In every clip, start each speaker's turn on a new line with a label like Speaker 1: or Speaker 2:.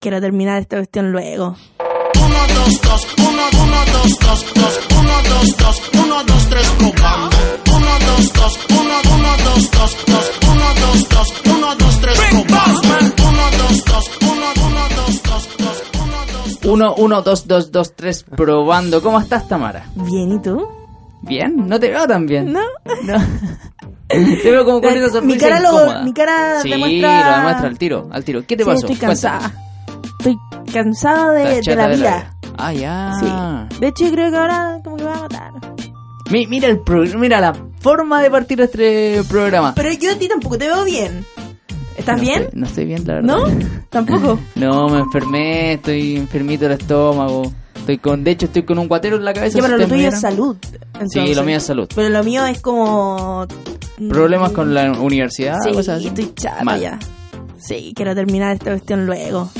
Speaker 1: Quiero terminar esta cuestión luego.
Speaker 2: 1, 2, 2, 1, 1, 2, 2, 2, 1, 2, 2, 1, 2, 3, probando. 1, 2, 2, 1, 1, 2, 2, 2, 1, 2, 2, 1, 2, 3, probando. 1, 2, 2, 1, 1, 2, 2, 2, 1, 2,
Speaker 3: 1, 1, 2, 2, 2, 3, probando. ¿Cómo estás, Tamara?
Speaker 1: Bien, ¿y tú?
Speaker 3: ¿Bien? No te veo tan bien.
Speaker 1: ¿No?
Speaker 3: No. Te veo como con
Speaker 1: Eh,
Speaker 3: esa sorpresa
Speaker 1: mi cara lo-
Speaker 3: incómoda.
Speaker 1: mi cara
Speaker 3: sí,
Speaker 1: demuestra-
Speaker 3: lo demuestra al tiro, al tiro. ¿Qué te
Speaker 1: Sí,
Speaker 3: pasó?
Speaker 1: estoy
Speaker 3: Cuéntanos.
Speaker 1: cansada. Estoy cansada de,
Speaker 3: Estás
Speaker 1: de la
Speaker 3: chata
Speaker 1: vida.
Speaker 3: Ah, ya.
Speaker 1: Sí. De hecho, yo creo que ahora como que me va a matar.
Speaker 3: Mi- mira, el pro- mira la forma de partir este programa.
Speaker 1: Pero yo a ti tampoco te veo bien. ¿Estás
Speaker 3: No
Speaker 1: bien?
Speaker 3: estoy- no estoy bien, la verdad.
Speaker 1: ¿No? Tampoco.
Speaker 3: No, me enfermé, estoy enfermito del estómago. Estoy con, de hecho, estoy con un guatero en la cabeza.
Speaker 1: Ya, pero
Speaker 3: si
Speaker 1: lo
Speaker 3: ustedes
Speaker 1: tuyo es
Speaker 3: me vieran.
Speaker 1: salud.
Speaker 3: Sí,
Speaker 1: entonces.
Speaker 3: lo mío es salud.
Speaker 1: Pero lo mío es como... mm,
Speaker 3: Problemas con la universidad,
Speaker 1: Sí,
Speaker 3: cosas así.
Speaker 1: estoy chata
Speaker 3: Mal.
Speaker 1: ya. Sí, quiero terminar esta cuestión luego.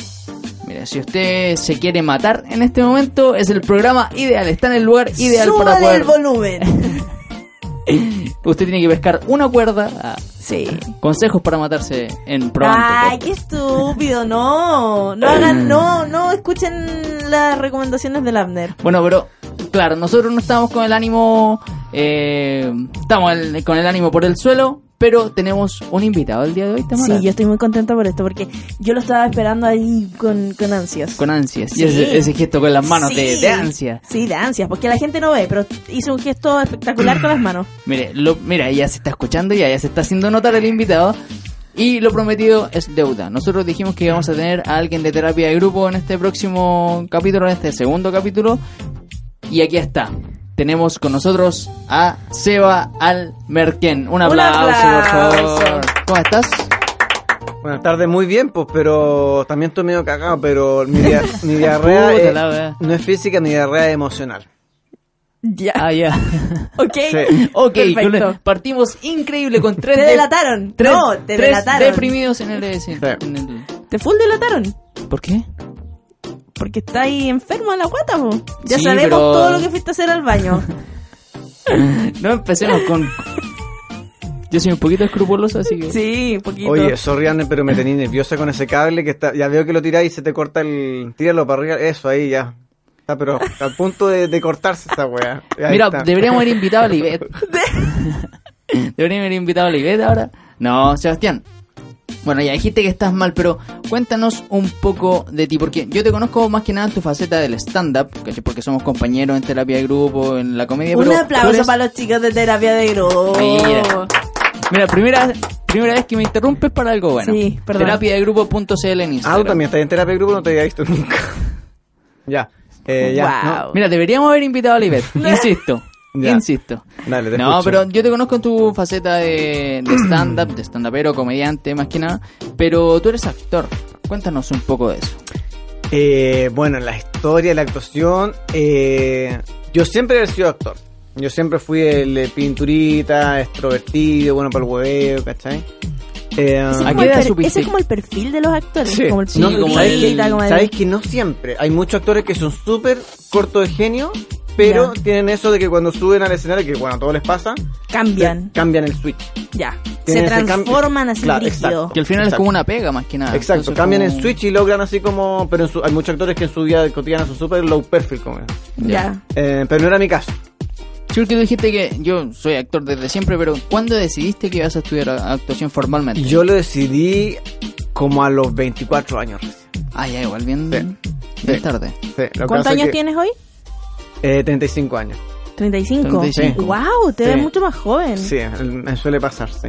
Speaker 3: Mira, si usted se quiere matar en este momento, es el programa ideal. Está en el lugar ideal
Speaker 1: Súbale
Speaker 3: para poder.
Speaker 1: el volumen.
Speaker 3: Usted tiene que pescar una cuerda. Ah,
Speaker 1: Sí.
Speaker 3: Consejos para matarse en probando.
Speaker 1: Ay, qué estúpido, no. No hagan,
Speaker 3: Mm.
Speaker 1: no, no escuchen las recomendaciones del Abner.
Speaker 3: Bueno, pero claro, nosotros no estamos con el ánimo, eh, estamos el- con el ánimo por el suelo, pero tenemos un invitado el día de hoy, Tamara.
Speaker 1: Sí, yo estoy muy contenta por esto porque yo lo estaba esperando ahí con, con ansias.
Speaker 3: Con ansias.
Speaker 1: Sí.
Speaker 3: Y ese, ese gesto con las manos de,
Speaker 1: Sí.
Speaker 3: de ansia.
Speaker 1: Sí, de ansias, porque la gente no ve, pero hizo un gesto espectacular con las manos.
Speaker 3: Mire, lo, mira, ya se está escuchando, ya, ya se está haciendo notar el invitado. Y lo prometido es deuda. Nosotros dijimos que íbamos a tener a alguien de terapia de grupo en este próximo capítulo, en este segundo capítulo. Y aquí está. Tenemos con nosotros a Seba Almerken. Un aplauso,
Speaker 1: aplauso.
Speaker 3: por favor. ¿Cómo estás?
Speaker 4: Buenas tardes, muy bien, pues, pero también estoy medio cagado, pero mi, dia- mi diarrea
Speaker 3: Puta
Speaker 4: es-
Speaker 3: la wea.
Speaker 4: no es física, mi diarrea es emocional.
Speaker 1: Ya.
Speaker 3: Ah, ya.
Speaker 1: Ok.
Speaker 4: Sí.
Speaker 3: ok,
Speaker 1: Perfecto.
Speaker 3: con- partimos increíble con
Speaker 1: Te
Speaker 3: tres, de-
Speaker 1: delataron.
Speaker 3: tres-
Speaker 1: no, te
Speaker 3: tres
Speaker 1: delataron.
Speaker 3: deprimidos en el, en el-
Speaker 1: Te full delataron.
Speaker 3: ¿Por qué?
Speaker 1: Porque está ahí enferma la guata, po. Ya
Speaker 3: Sí,
Speaker 1: sabemos
Speaker 3: pero-
Speaker 1: todo lo que fuiste a hacer al baño.
Speaker 3: No empecemos con. Yo soy un poquito escrupuloso, así que.
Speaker 1: Sí, poquito.
Speaker 4: Oye, sorry, Anne, pero me tenía nerviosa con ese cable que está, ya veo que lo tiráis y se te corta el, tíralo para arriba, eso, ahí ya. Está, pero al punto de, de cortarse esa weá. Ahí
Speaker 3: Mira,
Speaker 4: está.
Speaker 3: deberíamos haber invitado a Livet. deberíamos haber invitado a Livet ahora. No, Sebastián. Bueno, ya dijiste que estás mal, pero cuéntanos un poco de ti, porque yo te conozco más que nada en tu faceta del stand-up, ¿cachai? porque somos compañeros en terapia de grupo, en la comedia.
Speaker 1: Un
Speaker 3: pero tú
Speaker 1: aplauso
Speaker 3: eres-
Speaker 1: para los chicos de terapia de grupo.
Speaker 3: Mira. Mira, primera, primera vez que me interrumpes para algo bueno.
Speaker 1: Sí, perdón.
Speaker 3: Terapia de grupo.cl en
Speaker 4: Ah, tú
Speaker 3: Instagram.
Speaker 4: también estás en terapia de grupo, no te había visto nunca. ya, eh, ya.
Speaker 1: Ah, Wow.
Speaker 3: Mira, deberíamos haber invitado a Oliver. Insisto.
Speaker 4: Ya.
Speaker 3: Insisto.
Speaker 4: no. Dale, te
Speaker 3: No,
Speaker 4: escucho.
Speaker 3: pero yo te conozco en tu faceta de, de stand-up, de stand-upero, comediante, más que nada. Pero tú eres actor. Cuéntanos un poco de eso.
Speaker 4: Eh, bueno, la historia, la actuación. eh, yo siempre he sido actor. Yo siempre fui el eh, pinturita, extrovertido, bueno para el hueveo, ¿cachai? Eh,
Speaker 1: Ese es,
Speaker 3: ¿A
Speaker 1: como
Speaker 3: qué
Speaker 1: el
Speaker 3: edad
Speaker 1: per-
Speaker 3: supiste?
Speaker 1: ese es como el perfil de los actores.
Speaker 4: Sí.
Speaker 1: Como el
Speaker 3: Sí, como
Speaker 1: pinturita,
Speaker 4: ¿sabes, que,
Speaker 3: el-
Speaker 1: como el-
Speaker 4: sabes que no siempre. Hay muchos actores que son súper cortos de genio, pero
Speaker 1: Ya.
Speaker 4: tienen eso de que cuando suben al escenario, que bueno, a todos les pasa,
Speaker 1: Cambian.
Speaker 4: cambian el switch.
Speaker 1: Ya. Se
Speaker 4: Tienen ese cambio.
Speaker 1: transforman así
Speaker 4: Claro,
Speaker 1: líquido.
Speaker 4: exacto.
Speaker 3: Que al final es como una pega, más que
Speaker 1: Ah,
Speaker 3: nada.
Speaker 4: Exacto,
Speaker 3: Entonces,
Speaker 4: cambian
Speaker 3: como-
Speaker 4: el switch y logran así como. Pero en su- hay muchos actores que en su vida cotidiana son súper low perfil, como.
Speaker 1: Ya.
Speaker 4: Eh, pero no era mi caso.
Speaker 3: Sí, porque tú dijiste que yo soy actor desde siempre, pero ¿cuándo decidiste que ibas a estudiar a- actuación formalmente?
Speaker 4: Yo lo decidí como a los 24 años recién.
Speaker 3: Ah, ya, igual, bien,
Speaker 4: Sí.
Speaker 3: bien
Speaker 4: Sí.
Speaker 3: tarde.
Speaker 1: ¿Cuántos años tienes hoy?
Speaker 4: Eh, 35 años.
Speaker 1: 35.
Speaker 3: 35.
Speaker 1: Wow, te
Speaker 4: Sí.
Speaker 1: ves mucho más joven.
Speaker 4: Sí, el- me suele pasar, sí.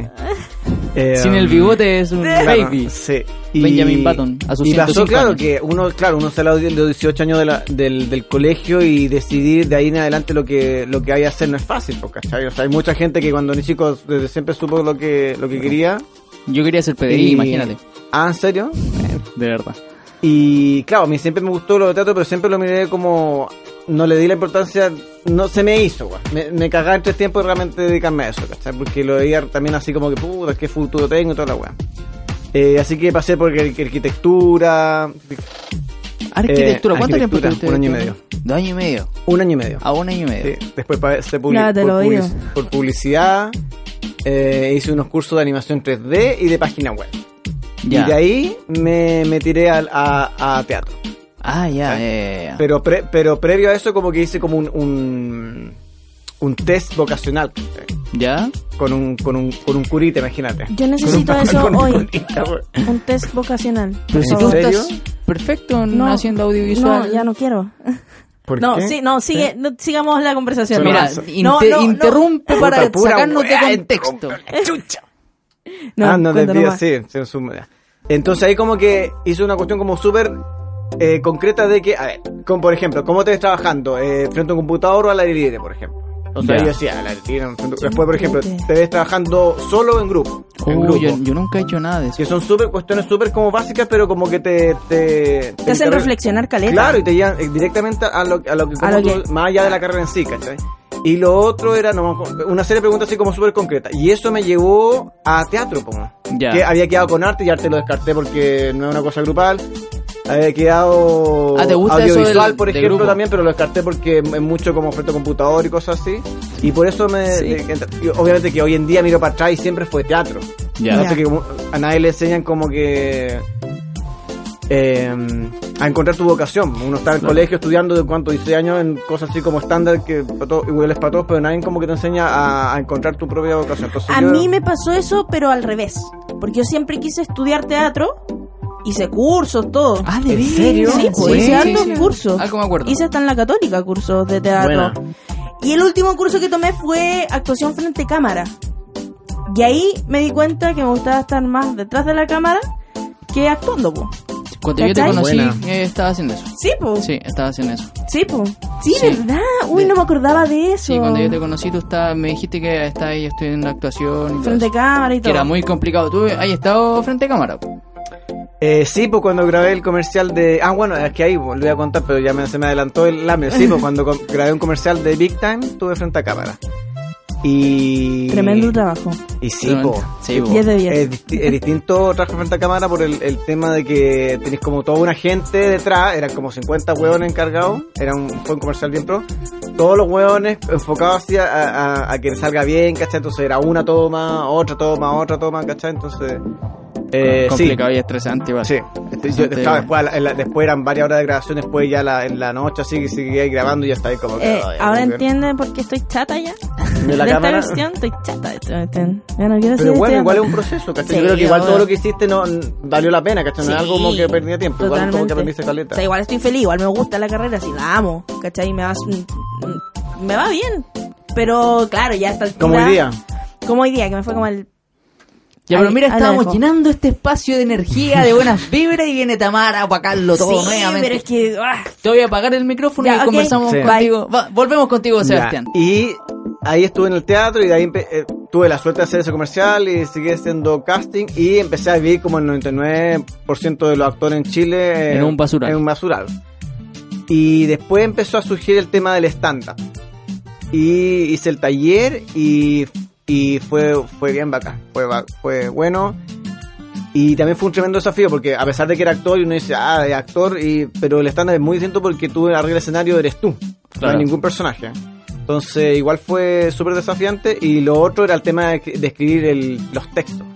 Speaker 4: Eh,
Speaker 3: Sin el bigote es un
Speaker 4: claro,
Speaker 3: baby.
Speaker 4: sí.
Speaker 3: Benjamin Button, a sus
Speaker 4: y pasó,
Speaker 3: 105
Speaker 4: claro,
Speaker 3: años.
Speaker 4: que uno, claro, uno sale a los 18 años de la- del, del colegio y decidir de ahí en adelante lo que lo que hay que hacer no es fácil, po, ¿cachai? O sea, hay mucha gente que cuando ni chico desde siempre supo lo que lo que quería.
Speaker 3: Yo quería ser PDI,
Speaker 4: y-
Speaker 3: imagínate.
Speaker 4: Ah, ¿en serio?
Speaker 3: De verdad.
Speaker 4: Y claro, a mí siempre me gustó lo de teatro, pero siempre lo miré como. No le di la importancia, no se me hizo, güey. Me, me cagaba en tres tiempos realmente dedicarme a eso, ¿cachai? Porque lo veía también así como que, puta, qué futuro tengo y toda la weá. Eh, así que pasé por arqu- arquitectura,
Speaker 3: Arquitectura, ¿cuánto tiempo
Speaker 4: Eh, arquitectura,
Speaker 3: tuviste?
Speaker 4: un año y
Speaker 3: estudiando? Dos años y medio.
Speaker 4: un año y medio.
Speaker 3: A un año y medio.
Speaker 4: Sí, Después pasé por,
Speaker 1: Ya, te
Speaker 4: por
Speaker 1: lo
Speaker 4: public-
Speaker 1: digo.
Speaker 4: por publicidad, eh, hice unos cursos de animación 3D y de página web.
Speaker 3: Ya.
Speaker 4: Y de ahí me, me tiré al- a, a teatro.
Speaker 3: Ah, ya, ya, ya, ya.
Speaker 4: Pero, pre- pero previo a eso como que hice como un, un, un test vocacional. ¿cachai?
Speaker 3: ¿Ya?
Speaker 4: Con un, con un, con un curita, imagínate.
Speaker 1: Yo necesito eso
Speaker 4: Con un
Speaker 1: hoy.
Speaker 4: curita, güey.
Speaker 1: Un test vocacional.
Speaker 3: Pero si
Speaker 1: por
Speaker 3: tú
Speaker 1: favor.
Speaker 4: serio?
Speaker 3: estás perfecto en
Speaker 1: No,
Speaker 3: haciendo
Speaker 1: No,
Speaker 3: audiovisual.
Speaker 1: ya no quiero.
Speaker 4: ¿Por
Speaker 1: No,
Speaker 4: qué?
Speaker 1: sí, no, sigue, no, sigamos la conversación.
Speaker 4: Solo
Speaker 3: Mira,
Speaker 4: eso.
Speaker 3: inte-
Speaker 1: No, no, no.
Speaker 3: interrumpe para
Speaker 4: Puta, pura
Speaker 3: sacarnos de
Speaker 4: weá,
Speaker 3: contexto.
Speaker 1: No,
Speaker 4: ah, no,
Speaker 1: cuéntanos
Speaker 4: desvía,
Speaker 1: más.
Speaker 4: sí, se resume. Entonces ahí como que hizo una cuestión como súper eh, concreta de que, a ver, como por ejemplo, ¿cómo te ves trabajando? Eh, ¿Frente a un computador o al aire libre, por ejemplo? O sea,
Speaker 3: Ya.
Speaker 4: yo decía, al aire libre. no, frente- Después, por ejemplo,
Speaker 1: Frente.
Speaker 4: te ves trabajando solo o en grupo. en
Speaker 3: Uh,
Speaker 4: grupo.
Speaker 3: yo, yo nunca he hecho nada de eso.
Speaker 4: Que son súper cuestiones súper como básicas, pero como que te... Te,
Speaker 1: Te hacen reflexionar, caleta.
Speaker 4: Claro, y te llevan eh, directamente a lo, a lo que...
Speaker 1: A lo
Speaker 4: como tú-
Speaker 1: que-
Speaker 4: Más allá de la carrera en sí, ¿cachai? Y lo otro era no, una serie de preguntas así como súper concretas. Y eso me llevó a teatro, pongo.
Speaker 3: Ya.
Speaker 4: Que había quedado con arte y arte lo descarté porque no es una cosa grupal. Había quedado
Speaker 3: Ah, ¿te gusta eso
Speaker 4: audiovisual,
Speaker 3: del-
Speaker 4: por
Speaker 3: del
Speaker 4: ejemplo,
Speaker 3: grupo?
Speaker 4: también, pero lo descarté porque es mucho como frente a computador y cosas así. Y por eso me...
Speaker 3: Sí.
Speaker 4: de- obviamente que hoy en día miro para atrás y siempre fue teatro.
Speaker 3: Ya.
Speaker 4: Pasa que como a nadie le enseñan como que eh, a encontrar tu vocación. Uno está en el
Speaker 3: Claro.
Speaker 4: colegio estudiando de cuánto 16 años en cosas así como estándar que pa' todo- iguales para todos, pero nadie como que te enseña a, a encontrar tu propia vocación. Entonces
Speaker 1: A
Speaker 4: yo-
Speaker 1: mí me pasó eso, pero al revés. Porque yo siempre quise estudiar teatro. Hice cursos, todo.
Speaker 3: Ah, ¿de
Speaker 4: ¿En
Speaker 3: veras?
Speaker 4: serio?
Speaker 1: Sí,
Speaker 4: pues,
Speaker 1: hice
Speaker 4: sí,
Speaker 1: hartos cursos.
Speaker 3: Algo Ah, me acuerdo.
Speaker 1: Hice hasta en la Católica cursos de teatro.
Speaker 4: Buena.
Speaker 1: Y el último curso que tomé fue actuación frente a cámara. Y ahí me di cuenta que me gustaba estar más detrás de la cámara que actuando, po.
Speaker 3: Cuando yo te
Speaker 1: ¿Cachai?
Speaker 3: conocí,
Speaker 4: Buena.
Speaker 3: eh, estaba haciendo eso.
Speaker 1: Sí, po. Sí,
Speaker 3: Sí, estaba haciendo eso.
Speaker 1: po. Sí,
Speaker 3: Sí.
Speaker 1: ¿verdad? Uy, no me acordaba de eso.
Speaker 3: Sí, cuando yo te conocí, tú estabas- me dijiste que estabas ahí estudiando actuación. Y todo
Speaker 1: Frente a
Speaker 3: eso.
Speaker 1: cámara y
Speaker 3: que
Speaker 1: todo.
Speaker 3: era muy complicado. ¿Tú has estado frente a cámara?
Speaker 4: Eh, sí, pues cuando grabé el comercial de... Ah, bueno, es que ahí pues, lo voy a contar, pero ya me, se me adelantó el lámeo. Sí, pues cuando co- grabé un comercial de Big Time, tuve frente a cámara. Y...
Speaker 1: Tremendo trabajo.
Speaker 4: Y sí,
Speaker 3: Tremendo.
Speaker 4: pues.
Speaker 3: Sí, po.
Speaker 1: 10 de Eh, 10.
Speaker 4: Es, disti- es distinto trabajar frente a cámara por el, el tema de que tenés como toda una gente detrás, eran como 50 hueones encargados, era un, fue un comercial bien pro, todos los hueones enfocados hacia a, a- a que salga bien, ¿cachai? Entonces era una toma, otra toma, otra toma, ¿cachai? Entonces... Eh, sí,
Speaker 3: complicado y estresante igual.
Speaker 4: sí. Este, yo
Speaker 3: Bastante-
Speaker 4: estaba después, a la- en la- después eran varias horas de grabación, después ya la- en la noche así que seguía ahí grabando y ya está ahí como que...
Speaker 1: Eh,
Speaker 4: ay,
Speaker 1: ahora
Speaker 4: como que-
Speaker 1: entienden por qué estoy chata ya.
Speaker 4: De la
Speaker 1: esta
Speaker 4: cámara.
Speaker 1: versión estoy chata. de esta versión. Ya no quiero seguir
Speaker 4: Pero bueno,
Speaker 1: estudiando.
Speaker 4: igual es un proceso, ¿cachai?
Speaker 1: Sí,
Speaker 4: Yo creo que igual
Speaker 1: obvio.
Speaker 4: todo lo que hiciste no n- valió la pena, ¿cachai? No es
Speaker 1: Sí,
Speaker 4: algo como que perdía tiempo, igual como
Speaker 1: totalmente.
Speaker 4: que aprendiste
Speaker 1: O
Speaker 4: caleta.
Speaker 1: sea, igual estoy feliz, igual me gusta la carrera, sí, la amo, ¿cachai? Me va, mm, mm, me va bien. Pero claro, ya hasta el
Speaker 4: Como hoy día.
Speaker 1: Como hoy día, que me fue como el.
Speaker 3: Ya, pero
Speaker 1: Ahí-
Speaker 3: mira,
Speaker 1: ahí la
Speaker 3: estábamos
Speaker 1: dejo.
Speaker 3: llenando este espacio de energía, de buenas vibras, y viene Tamara a apagarlo todo
Speaker 1: sí,
Speaker 3: nuevamente.
Speaker 1: pero es que. ah,
Speaker 3: Te voy a apagar el micrófono
Speaker 1: Ya,
Speaker 3: y
Speaker 1: ok.
Speaker 3: conversamos
Speaker 4: Sí.
Speaker 3: contigo. Va, volvemos contigo, Sebastián.
Speaker 4: Ya, Y ahí estuve en el teatro y de ahí empe- eh, tuve la suerte de hacer ese comercial y seguí haciendo casting y empecé a vivir como el 99% de los actores en Chile eh,
Speaker 3: En un basural.
Speaker 4: En un basural. Y después empezó a surgir el tema del stand-up. Y hice el taller y, y fue, fue bien bacán, fue, ba- fue bueno. Y también fue un tremendo desafío porque a pesar de que era actor y uno dice, ah, es actor, y, pero el stand-up es muy distinto porque tú arriba del escenario eres tú,
Speaker 3: Claro.
Speaker 4: no hay ningún personaje. Entonces igual fue súper desafiante y lo otro era el tema de, de escribir el- los textos.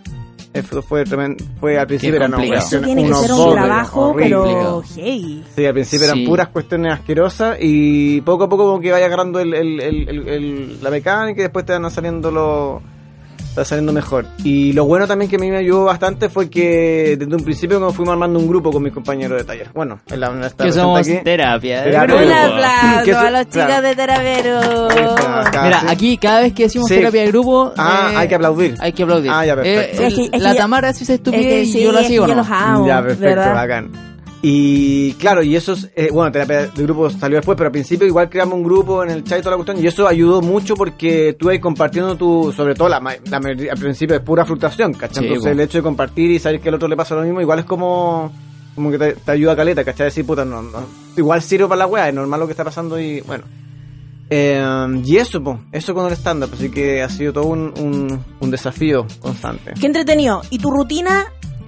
Speaker 4: Eso fue tremendo, fue al principio era no,
Speaker 3: complicado.
Speaker 1: eso
Speaker 4: cuestión-
Speaker 1: tiene que
Speaker 4: unos
Speaker 1: ser un
Speaker 4: bordes,
Speaker 1: trabajo,
Speaker 4: horrible.
Speaker 1: pero. Hey.
Speaker 4: Sí, al principio eran
Speaker 3: Sí.
Speaker 4: puras cuestiones asquerosas y poco a poco como que vaya agarrando el, el- el- el- el- la mecánica y después te van saliendo los está saliendo mejor. Y lo bueno también que a mí me ayudó bastante fue que desde un principio como fuimos armando un grupo con mis compañeros de taller. Bueno, en la universidad
Speaker 3: que somos
Speaker 4: aquí.
Speaker 3: terapia. ¿eh? de
Speaker 4: Terapia.
Speaker 3: grupo.
Speaker 1: Un
Speaker 4: Pero-
Speaker 1: aplauso
Speaker 4: que eso-
Speaker 1: a los chicos
Speaker 4: claro.
Speaker 1: de Teravero.
Speaker 4: acá.
Speaker 3: Mira,
Speaker 4: Ah, sí.
Speaker 3: aquí cada vez que decimos
Speaker 4: Sí.
Speaker 3: terapia de grupo. eh,
Speaker 4: Ah, hay que aplaudir.
Speaker 3: Hay que aplaudir.
Speaker 4: Ah, ya, perfecto.
Speaker 3: Eh,
Speaker 1: Sí, es que-
Speaker 3: el-
Speaker 1: es que
Speaker 3: la
Speaker 1: yo-
Speaker 3: Tamara sí se estupide
Speaker 1: Es que
Speaker 3: y
Speaker 1: sí,
Speaker 3: yo la
Speaker 1: es que
Speaker 3: sigo,
Speaker 1: yo
Speaker 3: ¿no?
Speaker 1: los amo.
Speaker 4: ya, perfecto,
Speaker 1: ¿verdad?
Speaker 4: bacán. Y claro, y eso es, eh, bueno, terapia de grupo salió después, pero al principio igual creamos un grupo en el chat y toda la cuestión, y eso ayudó mucho porque tú ahí compartiendo tu, sobre todo la, ma- la mayoría- al principio es pura frustración, ¿cachai?
Speaker 3: Sí,
Speaker 4: Entonces el
Speaker 3: po.
Speaker 4: hecho de compartir y saber que al otro le pasa lo mismo, igual es como, como que te, te ayuda a caleta, ¿cachai? Decir, puta, no, no, igual sirve para la weá, es normal lo que está pasando y bueno. Eh, y eso, po, eso con el stand-up, así que ha sido todo un, un, un desafío constante.
Speaker 1: Qué entretenido. Y tu rutina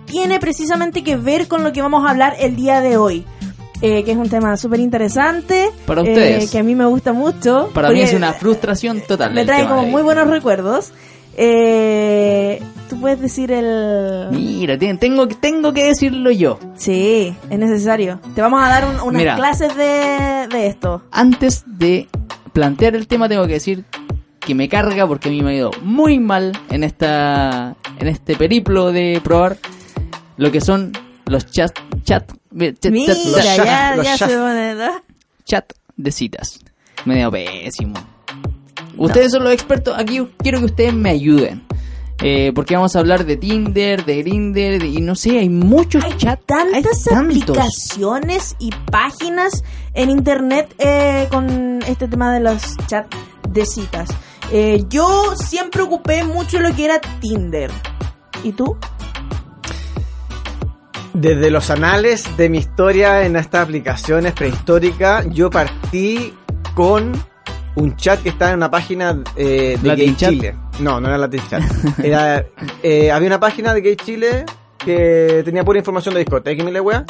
Speaker 1: tiene precisamente que ver con lo que vamos a hablar el día de hoy. Eh, que es un tema súper interesante.
Speaker 3: Para
Speaker 1: eh,
Speaker 3: ustedes.
Speaker 1: que a mí me gusta mucho.
Speaker 3: Para mí
Speaker 1: porque
Speaker 3: es una frustración total.
Speaker 1: Me
Speaker 3: el
Speaker 1: trae
Speaker 3: tema
Speaker 1: como
Speaker 3: de-
Speaker 1: muy buenos recuerdos. eh, tú puedes decir el...
Speaker 3: Mira, tienen- tengo, tengo que decirlo yo.
Speaker 1: Sí, es necesario. Te vamos a dar un- unas
Speaker 3: Mira.
Speaker 1: clases de, de esto.
Speaker 3: Antes de plantear el tema, tengo que decir que me carga porque a mí me ha ido muy mal en esta en este periplo de probar lo que son los chat chat chat, chat-
Speaker 1: Mira,
Speaker 4: los
Speaker 1: ya,
Speaker 4: shafts,
Speaker 1: ya,
Speaker 4: los shafts.
Speaker 1: se pone... ¿no?
Speaker 3: chat de citas. Me dio pésimo. Ustedes son los expertos, aquí quiero que ustedes me ayuden. Eh, porque vamos a hablar de Tinder, de Grindr, de- y no sé, hay muchos
Speaker 1: Hay
Speaker 3: chats. hay
Speaker 1: tantas
Speaker 3: tantos.
Speaker 1: aplicaciones y páginas en internet eh, con este tema de los chats de citas. Eh, yo siempre ocupé mucho lo que era Tinder. ¿Y tú?
Speaker 4: Desde los anales de mi historia en estas aplicaciones prehistóricas, yo partí con un chat que estaba en una página eh, de
Speaker 3: ¿Latin
Speaker 4: Gay
Speaker 3: chat?
Speaker 4: Chile. No, no era Latin Chat. Era, eh, había una página de Gay Chile que tenía pura información de discoteca y mil wea.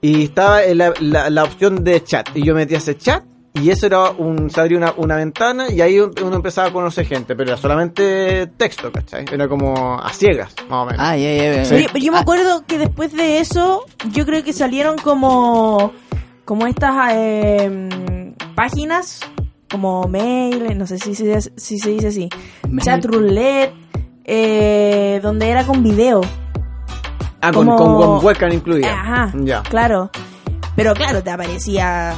Speaker 4: Y estaba en la, la- la opción de chat. Y yo metía ese chat. Y eso era un. Se abría una, una ventana. Y ahí uno empezaba a conocer gente. Pero era solamente texto, ¿cachai? Era como a ciegas, más o menos.
Speaker 3: Ah, ya, ya, ya.
Speaker 4: Sí.
Speaker 1: Oye, pero yo me
Speaker 3: Ah,
Speaker 1: acuerdo que después de eso, yo creo que salieron como, como estas eh, páginas, como mail, no sé si, se- si se dice así,
Speaker 3: Mail.
Speaker 1: chat roulette, eh, donde era con video.
Speaker 4: Ah, con,
Speaker 1: como-
Speaker 4: con, con webcam incluida.
Speaker 1: Ajá,
Speaker 4: Ya.
Speaker 1: claro. Pero claro, te aparecía...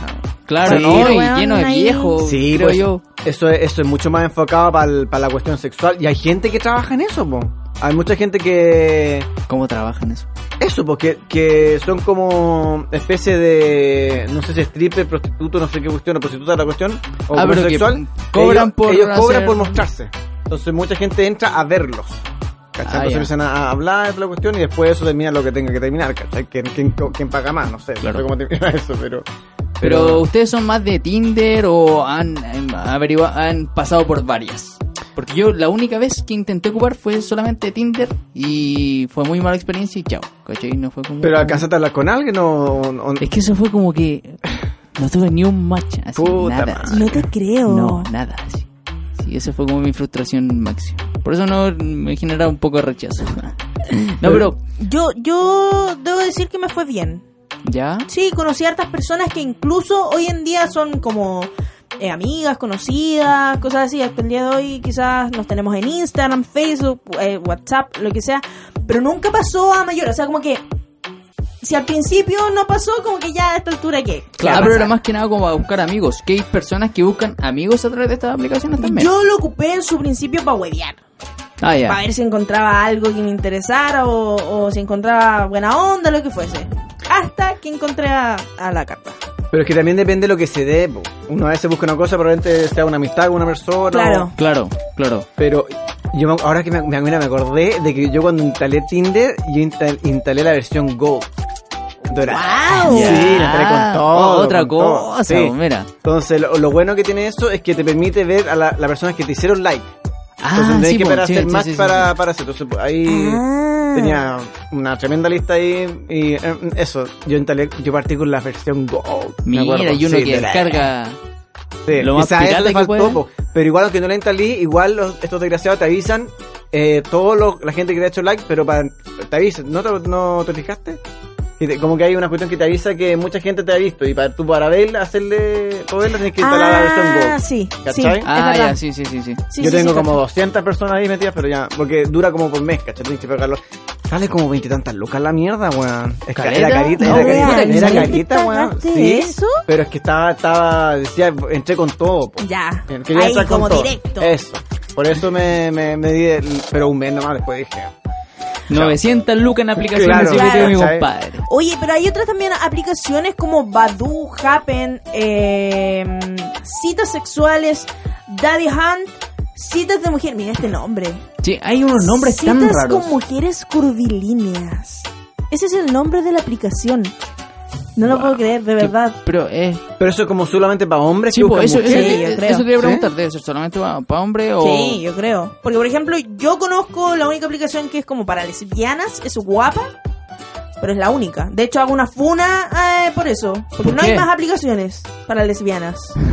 Speaker 3: claro,
Speaker 4: Sí,
Speaker 3: no,
Speaker 1: weón,
Speaker 3: y lleno de
Speaker 1: ahí.
Speaker 3: viejos.
Speaker 4: Sí,
Speaker 3: creo
Speaker 4: pues,
Speaker 3: yo.
Speaker 4: Eso es, eso es mucho más enfocado para la cuestión sexual. Y hay gente que trabaja en eso, po. Hay mucha gente que.
Speaker 3: ¿Cómo trabajan eso?
Speaker 4: Eso, porque que son como especie de. No sé si stripper, prostituto, no sé qué cuestión, o prostituta la cuestión. O
Speaker 3: Ah, pero que
Speaker 4: homosexual.
Speaker 3: cobran
Speaker 4: ellos,
Speaker 3: por
Speaker 4: Ellos cobran
Speaker 3: hacer-
Speaker 4: por mostrarse. Entonces mucha gente entra a verlos. ¿Cachai?
Speaker 3: Ah,
Speaker 4: Entonces
Speaker 3: ya.
Speaker 4: empiezan a a hablar de la cuestión y después eso termina lo que tenga que terminar, ¿cachai? ¿Quién, quién, quién paga más? No sé, no
Speaker 3: Claro.
Speaker 4: sé cómo termina eso, pero.
Speaker 3: Pero ustedes son más de Tinder o han, em, averigua- han pasado por varias. Porque yo la única vez que intenté ocupar fue solamente Tinder y fue muy mala experiencia y chao. ¿Cachai? No fue como.
Speaker 4: Pero alcanzaste a hablar con alguien o. o-
Speaker 3: Es que eso fue como que no tuve ni un match así.
Speaker 4: Puta
Speaker 3: nada.
Speaker 4: madre.
Speaker 1: No te creo.
Speaker 3: No, nada así. Sí, esa fue como mi frustración máxima. Por eso no me genera un poco de rechazo. No, pero.
Speaker 1: Yo, yo debo decir que me fue bien.
Speaker 3: ¿Ya?
Speaker 1: Sí, conocí a hartas personas que incluso hoy en día son como eh, amigas, conocidas, cosas así. Hasta el día de hoy quizás nos tenemos en Instagram, Facebook, eh, WhatsApp, lo que sea. Pero nunca pasó a mayor. O sea, como que si al principio no pasó, como que ya a esta altura que...
Speaker 3: Claro, Ah, pero era más que nada como a buscar amigos. Que hay personas que buscan amigos a través de estas aplicaciones también.
Speaker 1: Yo lo ocupé en su principio para huevear.
Speaker 3: Ah, ya.
Speaker 1: Para ver si encontraba algo que me interesara o, o si encontraba buena onda, lo que fuese. Hasta que encontré a, a la carta.
Speaker 4: Pero es que también depende de lo que se dé. po. Uno a veces busca una cosa, probablemente sea una amistad con una persona.
Speaker 1: Claro.
Speaker 3: Claro, claro.
Speaker 4: Pero yo me- ahora que me, me- mira, me acordé de que yo cuando instalé Tinder, yo insta- instalé la versión Go. Dorada.
Speaker 1: ¡Guau!
Speaker 4: Sí, la instalé
Speaker 3: Ah,
Speaker 4: con todo.
Speaker 3: Otra
Speaker 4: con todo.
Speaker 3: cosa,
Speaker 4: Sí.
Speaker 3: mira.
Speaker 4: Entonces, lo, lo bueno que tiene eso es que te permite ver a la- las personas que te hicieron like. Entonces,
Speaker 3: Ah,
Speaker 4: tenés
Speaker 3: sí,
Speaker 4: que
Speaker 3: po,
Speaker 4: esperar
Speaker 3: sí,
Speaker 4: hacer
Speaker 3: sí,
Speaker 4: match
Speaker 3: sí, sí,
Speaker 4: para, para hacer. Entonces, pues, ahí
Speaker 1: Ah.
Speaker 4: tenía una tremenda lista ahí. Y eh, eso, yo instalé, yo partí con la versión Go.
Speaker 3: sí.
Speaker 4: me acuerdo.
Speaker 3: Mira, y uno
Speaker 4: Sí,
Speaker 3: que
Speaker 4: dorada.
Speaker 3: descarga.
Speaker 4: Sí,
Speaker 3: Lo más
Speaker 4: quizás eso
Speaker 3: pirata
Speaker 4: te
Speaker 3: que
Speaker 4: faltó,
Speaker 3: puede.
Speaker 4: po. pero igual aunque no la instalé, igual los- estos desgraciados te avisan, eh, todos los- la gente que te ha hecho like, pero para, te avisan, ¿no te, no te fijaste? Que te- como que hay una cuestión que te avisa que mucha gente te ha visto y para tú para verla, hacerle, para verla tienes que instalar la versión Go.
Speaker 1: sí, sí,
Speaker 4: ¿Cachai?
Speaker 1: es
Speaker 3: Ah,
Speaker 1: verdad.
Speaker 3: ya, sí, sí, sí, sí.
Speaker 1: Ah, Sí,
Speaker 4: Yo
Speaker 1: sí,
Speaker 4: tengo
Speaker 1: sí,
Speaker 4: como
Speaker 1: cacho.
Speaker 4: 200 personas ahí metidas, pero ya, porque dura como por mes, ¿cachai? Tienes que pegarlo. Sale como veintitantas lucas la mierda, weón. Es que
Speaker 3: ¿Caleta?
Speaker 4: Era carita,
Speaker 1: Oh,
Speaker 3: No,
Speaker 4: era
Speaker 3: weón,
Speaker 4: carita,
Speaker 3: ¿en
Speaker 4: era
Speaker 3: serio te
Speaker 4: carita, weón.
Speaker 1: pagaste
Speaker 4: Sí,
Speaker 1: eso?
Speaker 4: pero es que estaba, estaba, decía, entré con todo, po.
Speaker 1: Ya.
Speaker 4: Bien, quería
Speaker 1: Ahí
Speaker 4: estar con
Speaker 1: como
Speaker 4: todo. Eh.
Speaker 1: directo.
Speaker 4: Eso. Por eso me, me, me di, el- pero un mes nomás después dije.
Speaker 3: 900 lucas en aplicaciones
Speaker 4: Claro,
Speaker 3: y metió
Speaker 1: claro.
Speaker 3: mi
Speaker 4: ¿Cachai?
Speaker 3: compadre.
Speaker 1: Oye, pero hay otras también aplicaciones como Badu, Happen, eh, citas sexuales, Daddy Hunt, citas de mujer. Mira este nombre.
Speaker 3: Sí, hay unos nombres
Speaker 1: citas
Speaker 3: tan raros.
Speaker 1: con mujeres curvilíneas. Ese es el nombre de la aplicación. No lo
Speaker 3: Wow.
Speaker 1: puedo creer, de
Speaker 3: Que-
Speaker 1: verdad.
Speaker 3: Pero es.
Speaker 4: Pero eso es como solamente para hombres.
Speaker 3: Sí,
Speaker 4: que
Speaker 3: po,
Speaker 4: buscan
Speaker 3: eso, eso,
Speaker 4: mujeres.
Speaker 1: Sí, pues, yo
Speaker 3: eso
Speaker 1: creo.
Speaker 3: te voy a
Speaker 4: ¿Sí?
Speaker 3: preguntar. ¿Debe ser solamente para, hombre o.?
Speaker 1: Sí, yo creo. Porque, por ejemplo, yo conozco la única aplicación que es como para lesbianas, es guapa, pero es la única. De hecho, hago una funa eh, por eso. Porque
Speaker 3: ¿Por
Speaker 1: no
Speaker 3: qué?
Speaker 1: hay más aplicaciones para lesbianas. O sea,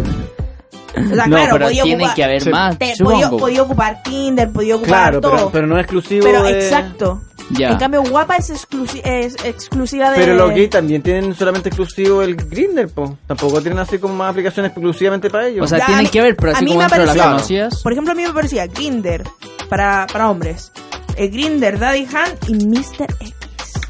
Speaker 3: no,
Speaker 1: claro,
Speaker 3: pero
Speaker 1: podía
Speaker 3: tiene
Speaker 1: ocupar-
Speaker 3: que haber
Speaker 4: Sí.
Speaker 3: más.
Speaker 1: te- podía,
Speaker 3: supongo.
Speaker 1: podía ocupar Tinder, podía ocupar
Speaker 4: Claro,
Speaker 1: todo.
Speaker 4: pero, pero no es exclusivo.
Speaker 1: Pero
Speaker 4: de-
Speaker 1: exacto.
Speaker 3: eh, Ya.
Speaker 1: En cambio, guapa es, exclusi- es exclusiva de.
Speaker 4: Pero los gays también tienen solamente exclusivo el Grindr, po. Tampoco tienen así como más aplicaciones exclusivamente para ellos.
Speaker 3: O sea,
Speaker 1: Ya, a
Speaker 3: tienen
Speaker 1: mí-
Speaker 3: que ver, pero
Speaker 1: a
Speaker 3: así
Speaker 1: mí
Speaker 3: como
Speaker 1: me
Speaker 3: dentro de las
Speaker 4: pareció-
Speaker 3: conocidas.
Speaker 1: Por ejemplo, a mí me parecía Grinder para, para hombres, eh, Grinder, Daddy Han y E. Mr. X.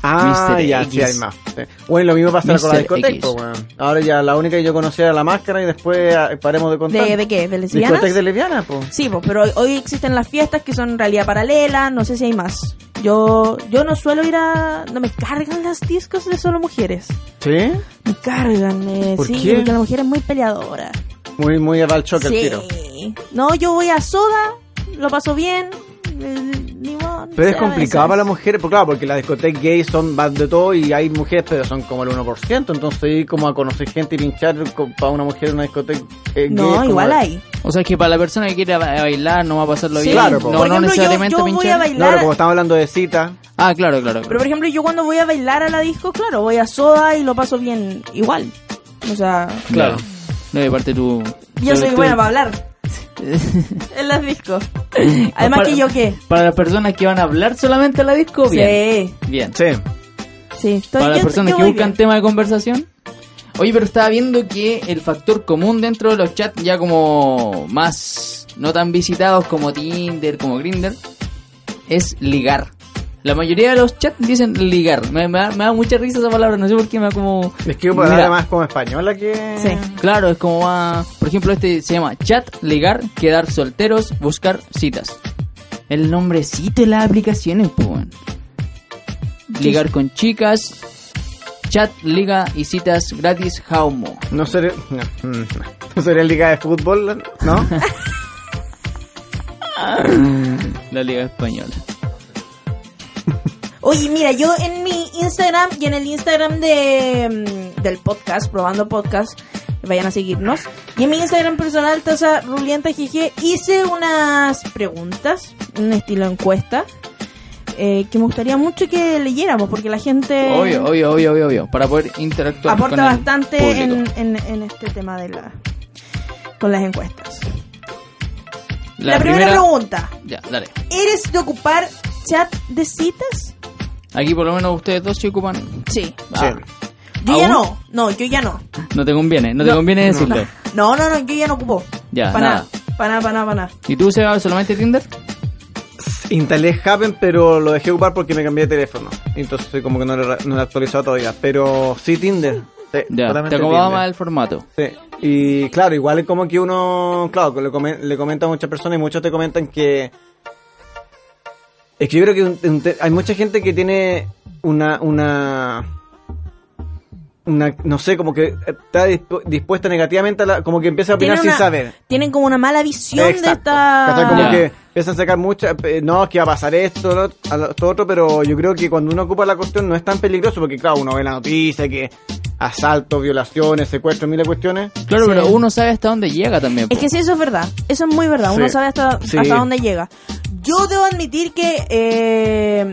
Speaker 4: ah,
Speaker 3: Mr.
Speaker 4: ya,
Speaker 3: X.
Speaker 4: sí, hay más. Sí. Bueno, lo mismo pasa con la
Speaker 3: Mr.
Speaker 4: discoteca,
Speaker 3: X.
Speaker 4: po, weón. Ahora ya la única que yo conocía era la máscara y después ah, paremos de contar.
Speaker 1: ¿De, de qué? ¿De lesbianas?
Speaker 4: Discoteca de lesbiana, po.
Speaker 1: Sí, po, pero hoy- hoy existen las fiestas que son en realidad paralela, no sé si hay más. Yo yo no suelo ir a... No me cargan las discos de solo mujeres.
Speaker 4: ¿Sí?
Speaker 1: Me cargan, eh,
Speaker 4: ¿Por
Speaker 1: sí,
Speaker 4: qué?
Speaker 1: porque la mujer es muy peleadora.
Speaker 4: Muy, muy al choque el
Speaker 1: sí.
Speaker 4: tiro.
Speaker 1: No, yo voy a soda, lo paso bien. eh, ni modo,
Speaker 4: Pero es
Speaker 1: a
Speaker 4: complicado
Speaker 1: veces.
Speaker 4: para las mujeres, porque claro, porque las discotecas gays son van de todo y hay mujeres, pero son como el 1%. Entonces, ir como a conocer gente y pinchar co- para una mujer en una discoteca eh, gay es
Speaker 1: No,
Speaker 4: como-
Speaker 1: igual hay.
Speaker 3: O sea, que para la persona que quiera ba- bailar no va a pasarlo
Speaker 1: Sí,
Speaker 3: bien.
Speaker 4: claro,
Speaker 3: no,
Speaker 4: po.
Speaker 1: por
Speaker 3: no
Speaker 1: ejemplo, yo-
Speaker 3: necesariamente
Speaker 1: yo, voy a
Speaker 4: No, pero
Speaker 3: pinchar.
Speaker 1: bailar...
Speaker 4: como estamos hablando de cita,
Speaker 3: Ah, claro, claro.
Speaker 1: Pero por ejemplo, yo cuando voy a bailar a la disco, claro, voy a soda y lo paso bien igual. O sea,
Speaker 3: claro. No, y aparte tú.
Speaker 1: yo
Speaker 3: tú-
Speaker 1: soy
Speaker 3: tú-
Speaker 1: buena para hablar en las discos. Además
Speaker 3: Para-
Speaker 1: que yo qué.
Speaker 3: Para las personas que van a hablar solamente a la disco, bien.
Speaker 1: Sí,
Speaker 3: Bien.
Speaker 4: sí.
Speaker 1: sí. Estoy-
Speaker 3: Para las
Speaker 1: yo-
Speaker 3: personas
Speaker 1: yo
Speaker 3: que
Speaker 1: voy
Speaker 3: buscan
Speaker 1: bien.
Speaker 3: tema de conversación. Oye, pero estaba viendo que el factor común dentro de los chats ya como más no tan visitados como Tinder, como Grinder, es ligar. La mayoría de los chats dicen ligar. Me, me da, me da mucha risa esa palabra, no sé por qué me da como...
Speaker 4: Es que una
Speaker 3: Mira,
Speaker 4: palabra más como española que.
Speaker 1: Sí.
Speaker 3: Claro, es como va... Por ejemplo, este se llama chat, ligar, quedar solteros, buscar citas. El nombrecito de las aplicaciones, pues. weón. Ligar con chicas, chat, liga y citas gratis, Jaumo.
Speaker 4: No sería. No, mm, no. No sería liga de fútbol, ¿no?
Speaker 3: La liga española.
Speaker 1: Oye, mira, yo en mi Instagram y en el Instagram de, mm, del podcast, probando podcast, vayan a seguirnos. Y en mi Instagram personal, Taza Rulienta GG, hice unas preguntas, un estilo encuesta, eh, que me gustaría mucho que leyéramos, porque la gente...
Speaker 3: Obvio, obvio, obvio, obvio, obvio. Para poder interactuar
Speaker 1: Eh. aporta
Speaker 3: con el
Speaker 1: bastante en,
Speaker 3: público.
Speaker 1: en- en este tema de la con las encuestas.
Speaker 3: La,
Speaker 1: La, primera, pregunta,
Speaker 3: Ya, dale.
Speaker 1: ¿eres de ocupar chat de citas?
Speaker 3: Aquí por lo menos ustedes dos se ocupan.
Speaker 1: Sí.
Speaker 3: Ah,
Speaker 1: Yo ya
Speaker 3: ¿Aún?
Speaker 1: no, no, yo ya no.
Speaker 3: no te conviene, no, te
Speaker 1: No,
Speaker 3: conviene decirlo.
Speaker 1: No, no, no, yo ya no ocupo.
Speaker 3: Ya,
Speaker 1: para
Speaker 3: nada.
Speaker 1: nada. Para nada, para nada, para nada.
Speaker 3: ¿Y tú, Seba, solamente Tinder?
Speaker 4: Instalé Happen, pero lo dejé ocupar porque me cambié de teléfono. Entonces, como que no lo, he- no lo he actualizado todavía. Pero sí, Tinder. Sí,
Speaker 3: Ya, te
Speaker 4: solamente
Speaker 3: acomodaba
Speaker 4: Tinder.
Speaker 3: más el formato.
Speaker 4: Sí, y claro, igual es como que uno, claro, le, comen- le comenta a muchas personas y muchos te comentan que... Es que yo creo que un- un te- hay mucha gente que tiene una, una, una, no sé, como que está dispu- dispuesta negativamente a la, como que empieza a opinar
Speaker 1: Tienen,
Speaker 4: sin
Speaker 1: una-
Speaker 4: saber.
Speaker 1: tienen como una mala visión de
Speaker 4: Exacto. ¿Cachai?
Speaker 1: esta...
Speaker 4: Como
Speaker 3: Ya.
Speaker 4: que empiezan a sacar muchas. eh, No, es que va a pasar esto, lo, a lo- esto otro, pero yo creo que cuando uno ocupa la cuestión no es tan peligroso, porque claro, uno ve la noticia que asaltos, violaciones, secuestros, miles de cuestiones.
Speaker 3: Claro,
Speaker 1: Sí.
Speaker 3: pero uno sabe hasta dónde llega también.
Speaker 1: Es que
Speaker 3: po.
Speaker 1: sí, eso es verdad. Eso es muy verdad. Uno
Speaker 4: Sí.
Speaker 1: sabe hasta,
Speaker 4: Sí.
Speaker 1: hasta dónde llega. Yo debo admitir que eh,